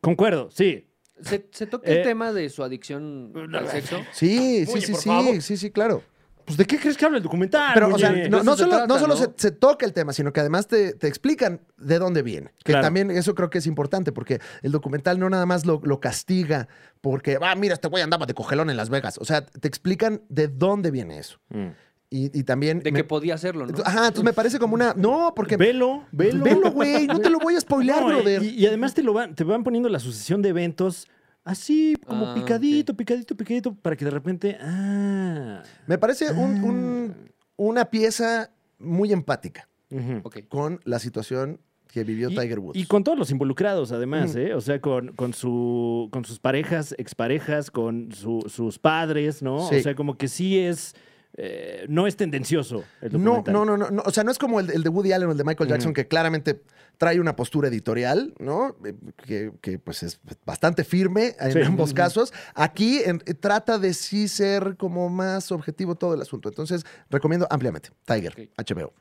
A: Concuerdo, sí.
C: se, se toca el
A: Eh,
C: tema de su adicción al sexo.
B: Sí, sí,
A: Oye,
B: sí,
A: por
B: sí,
A: favor.
B: sí, sí, claro.
A: Pues ¿de qué crees que habla el documental?
B: Pero, o sea,
A: Muñe?
B: no,
C: eso
B: no
C: se
B: solo, no
C: trata,
B: solo
C: ¿no?
B: Se, se toca el tema, sino que además te, te explican de dónde viene. Que
A: Claro.
B: también eso creo que es importante, porque el documental no nada más lo, lo castiga porque, ah, mira, este güey andaba de cogelón en Las Vegas. O sea, te explican de dónde viene eso.
A: Mm.
B: Y, y también...
C: De
B: me-
C: que podía hacerlo, ¿no?
B: Ajá, entonces ah, me parece como una... No, porque...
A: Velo, velo.
B: Velo, güey, no te lo voy a spoilear,
A: No, eh,
B: brother.
A: Y, y además te, lo van, te van poniendo la sucesión de eventos así, como
C: Ah,
A: picadito, picadito, picadito, para que de repente. Ah.
B: Me parece un- un- una pieza muy empática.
A: Ujú.
C: Ok.
B: con la situación que vivió
A: Y-
B: Tiger Woods.
A: Y con todos los involucrados, además,
B: Ujú.
A: ¿eh? O sea, con, con, su, con sus parejas, exparejas, con su- sus padres, ¿no?
B: Sí.
A: O sea, como que sí es. eh, no es tendencioso el
B: no,
A: documental.
B: no, no, no, no. O sea, no es como el, el de Woody Allen o el de Michael Jackson,
A: Ujú.
B: que claramente trae una postura editorial, ¿no? Eh, Que, que, pues es bastante firme en
A: Sí.
B: ambos casos. Aquí en- eh, trata de sí ser como más objetivo todo el asunto. Entonces, recomiendo ampliamente Tiger,
C: Ok.
B: HBO.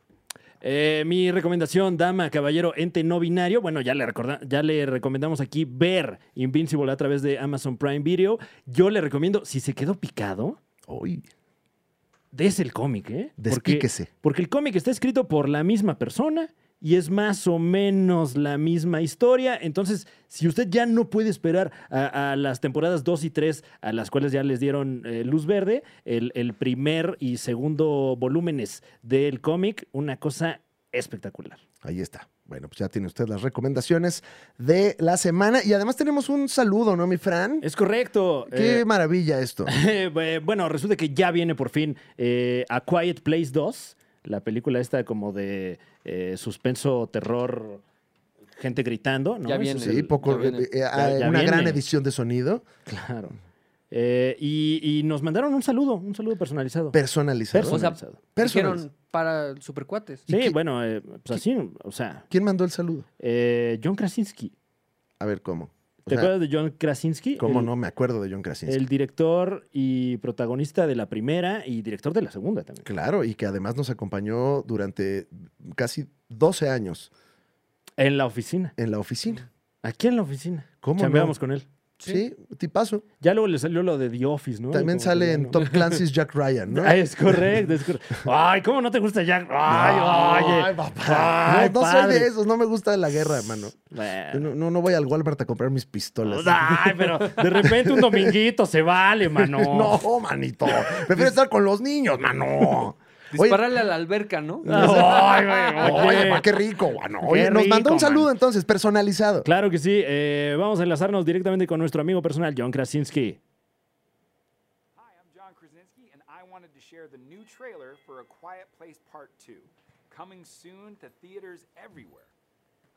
A: Eh, mi recomendación, dama, caballero, ente no binario. Bueno, ya le, recorda- ya le recomendamos aquí ver Invincible a través de Amazon Prime Video. Yo le recomiendo, si se quedó picado,
B: Uy,
A: des el cómic, ¿eh? Porque,
B: despíquese.
A: porque el cómic está escrito por la misma persona y es más o menos la misma historia. Entonces, si usted ya no puede esperar a, a las temporadas 2 y 3, a las cuales ya les dieron eh, luz verde, el, el primer y segundo volúmenes del cómic, una cosa espectacular.
B: Ahí está. Bueno, pues ya tiene usted las recomendaciones de la semana. Y además tenemos un saludo, ¿no, mi Fran?
A: Es correcto.
B: Qué
A: Eh,
B: maravilla esto.
A: eh, bueno, resulta que ya viene por fin eh, A Quiet Place 2, la película esta como de eh, suspenso, terror, gente gritando, ¿no?
C: Ya
A: Eso
C: viene.
A: es
B: Sí,
A: el-
B: poco,
C: ya viene.
B: eh, eh,
A: Ya- ya
B: una gran
A: viene.
B: edición de sonido
A: Claro. Eh, y, y nos mandaron un saludo, un saludo personalizado.
B: personalizado.
C: O sea,
A: Personalizado.
B: Personalizado.
C: Dijeron para supercuates.
B: ¿y qué-
A: sí, bueno, eh, pues así, o sea,
B: ¿Quién mandó el saludo?
A: eh, John Krasinski.
B: A ver, ¿cómo? O
A: ¿Te
B: sea,
A: acuerdas de John Krasinski?
B: ¿Cómo
A: El-
B: no? Me acuerdo de John Krasinski.
A: El director y protagonista de la primera y director de la segunda también.
B: Claro, y que además nos acompañó durante casi 12 años
A: En la oficina.
B: en la oficina.
A: Aquí en la oficina.
B: ¿Cómo
A: Chambeamos
B: no?
A: con él.
B: Sí, tipazo.
A: Ya luego le salió lo de The Office, ¿no?
B: También
A: Como
B: sale
A: que ya
B: en
A: no.
B: Top Clancy's Jack Ryan, ¿no?
A: Ah, Es correcto, es correcto. Ay, ¿cómo no te gusta Jack? Ay, oye.
B: Ay, papá.
A: Ay,
B: no, no soy
A: padre.
B: de esos, no me gusta la guerra, hermano.
A: Bueno.
B: No, no, no voy al Walmart a comprar mis pistolas.
A: Ay, pero de repente un dominguito se vale, mano.
B: No, manito. Prefiero estar con los niños, mano. Oye,
C: Dispararle a la alberca, ¿no?
B: Ah.
A: Ay, güey, oye.
B: Oye, pa, qué rico, mano. Oye,
A: Qué
B: nos mandó un
A: rico,
B: saludo
A: mano.
B: entonces, personalizado.
A: Claro que sí. eh, vamos a enlazarnos directamente con nuestro amigo personal, John Krasinski.
D: Hi, I'm John Krasinski, and I wanted to share the new trailer for A Quiet Place Part 2, coming soon to theaters everywhere.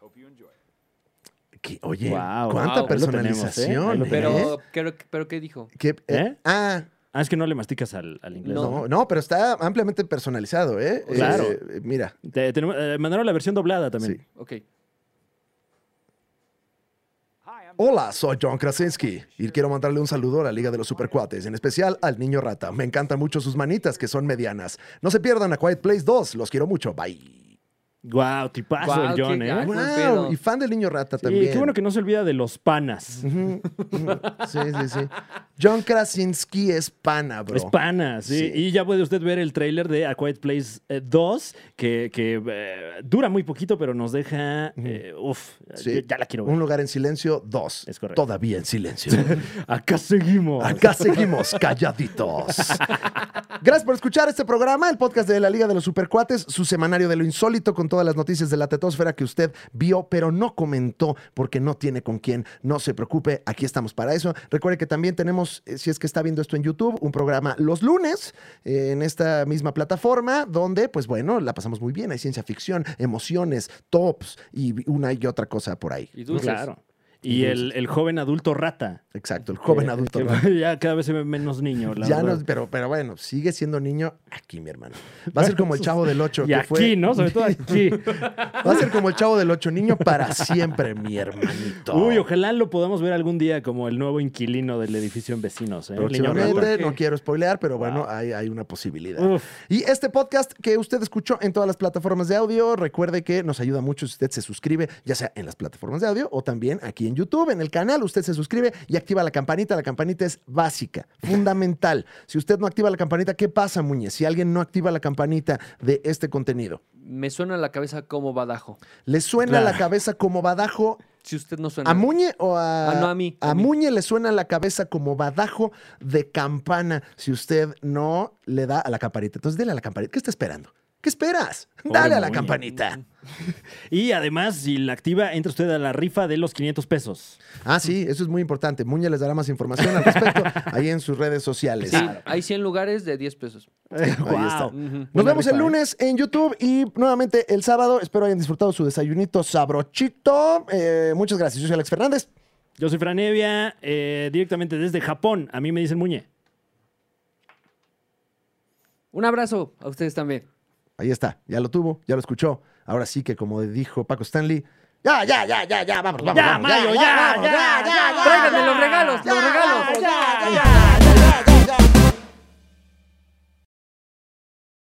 D: Hope you enjoy it.
B: ¿Qué? Oye,
A: Guau,
B: cuánta
C: guau, ahí
A: lo tenemos, ¿eh? Ahí
B: personalización.
A: lo
B: ¿eh?
C: Pero, pero, pero ¿qué dijo?
B: ¿Qué- eh,
A: ¿Eh?
B: Ah,
A: Ah, es que no le masticas al, al inglés.
C: No.
B: no, no, pero está ampliamente personalizado, ¿eh?
A: Claro.
B: Eh, mira.
A: Te- tenemos- eh, mandaron la versión doblada también.
B: Sí.
C: Ok.
D: Hi, I'm
B: Hola, soy John Krasinski y quiero mandarle un saludo a la Liga de los Supercuates, en especial al niño rata. Me encantan mucho sus manitas que son medianas. No se pierdan a Quiet Place 2, los quiero mucho. Bye.
A: Guau, tipazo
C: Guau,
A: el John,
C: qué
A: ¿eh?
C: gacho. Ay, buen
B: Wow,
C: pedo.
B: y fan del niño rata
A: Sí,
B: también.
A: qué bueno que no se olvida de los panas.
B: Ujú, ujú. Sí, sí, sí. John Krasinski es pana, bro.
A: Es pana, sí.
B: Sí.
A: Y ya puede usted ver el tráiler de A Quiet Place eh, 2, que, que, eh, dura muy poquito, pero nos deja... eh, uf,
B: Sí.
A: ya, ya la quiero ver.
B: Un lugar en silencio, dos.
A: Es correcto.
B: Todavía en silencio.
A: Acá seguimos.
B: Acá seguimos calladitos. Gracias por escuchar este programa, el podcast de la Liga de los Supercuates, su semanario de lo insólito con todas las noticias de la tetosfera que usted vio pero no comentó porque no tiene con quién. No se preocupe, aquí estamos para eso. Recuerde que también tenemos, eh, si es que está viendo esto en YouTube, un programa los lunes eh, en esta misma plataforma donde, pues bueno, la pasamos muy bien. Hay ciencia ficción, emociones, tops y una y otra cosa por ahí.
C: Y dulces.
A: Claro. Y el, el joven adulto rata.
B: Exacto, el joven
A: Que-
B: adulto.
A: que
B: raro.
A: ya cada vez se ve menos niño. la
B: Ya
A: verdad.
B: no- pero, pero bueno, sigue siendo niño aquí, mi hermano. Va a ser como el chavo del 8,
A: Y
B: que
A: aquí,
B: fue.
A: ¿no? Sobre todo aquí.
B: Va a ser como el chavo del 8, niño para siempre, mi hermanito.
A: Uy, ojalá lo podamos ver algún día como el nuevo inquilino del edificio en vecinos. ¿eh? El niño Ah.
B: Próximamente,
C: rata.
B: no quiero spoilear, pero bueno, hay, hay una posibilidad.
A: Uf.
B: Y este podcast que usted escuchó en todas las plataformas de audio, recuerde que nos ayuda mucho si usted se suscribe, ya sea en las plataformas de audio o también aquí en YouTube, en el canal. Usted se suscribe y activa la campanita. La campanita es básica, fundamental. Si usted no activa la campanita, ¿qué pasa, Muñe? Si alguien no activa la campanita de este contenido.
C: Me suena la cabeza como badajo.
B: ¿Le suena
A: Claro.
B: la cabeza como badajo
C: Si usted no suena.
B: a Muñe o a.?
C: Ah, no, a mí,
B: A,
C: a mí.
B: Muñe le suena la cabeza como badajo de campana si usted no le da a la campanita. Entonces, dele a la campanita. ¿Qué está esperando? ¿Qué esperas?
A: Pobre
B: Dale a la
A: Moña.
B: campanita.
A: Y además, si la activa, entra usted a la rifa de los 500 pesos.
B: Ah, sí, eso es muy importante. Muña les dará más información al respecto ahí en sus redes sociales.
C: Sí, hay 100 lugares de 10 pesos.
B: Ahí está.
A: Wow.
C: Ujú.
B: Nos
A: Buena
B: vemos
A: rifa,
B: el
A: ¿eh?
B: lunes en YouTube y nuevamente el sábado. Espero hayan disfrutado su desayunito sabrochito. Eh, muchas gracias. Yo soy Alex Fernández.
A: Yo soy Franevia, eh, directamente desde Japón. A mí me dicen Muñe.
C: Un abrazo a ustedes también.
B: Ahí está. Ya lo tuvo, ya lo escuchó. Ahora sí que, como dijo Paco Stanley, ya, ya, ya, ya, ya, vamos, vamos.
A: Ya,
B: vamos,
A: Mayo, ya,
B: vamos,
A: ya,
B: ya, ya, ya,
C: Tráiganme los regalos, los regalos.
B: ya, ya, ya.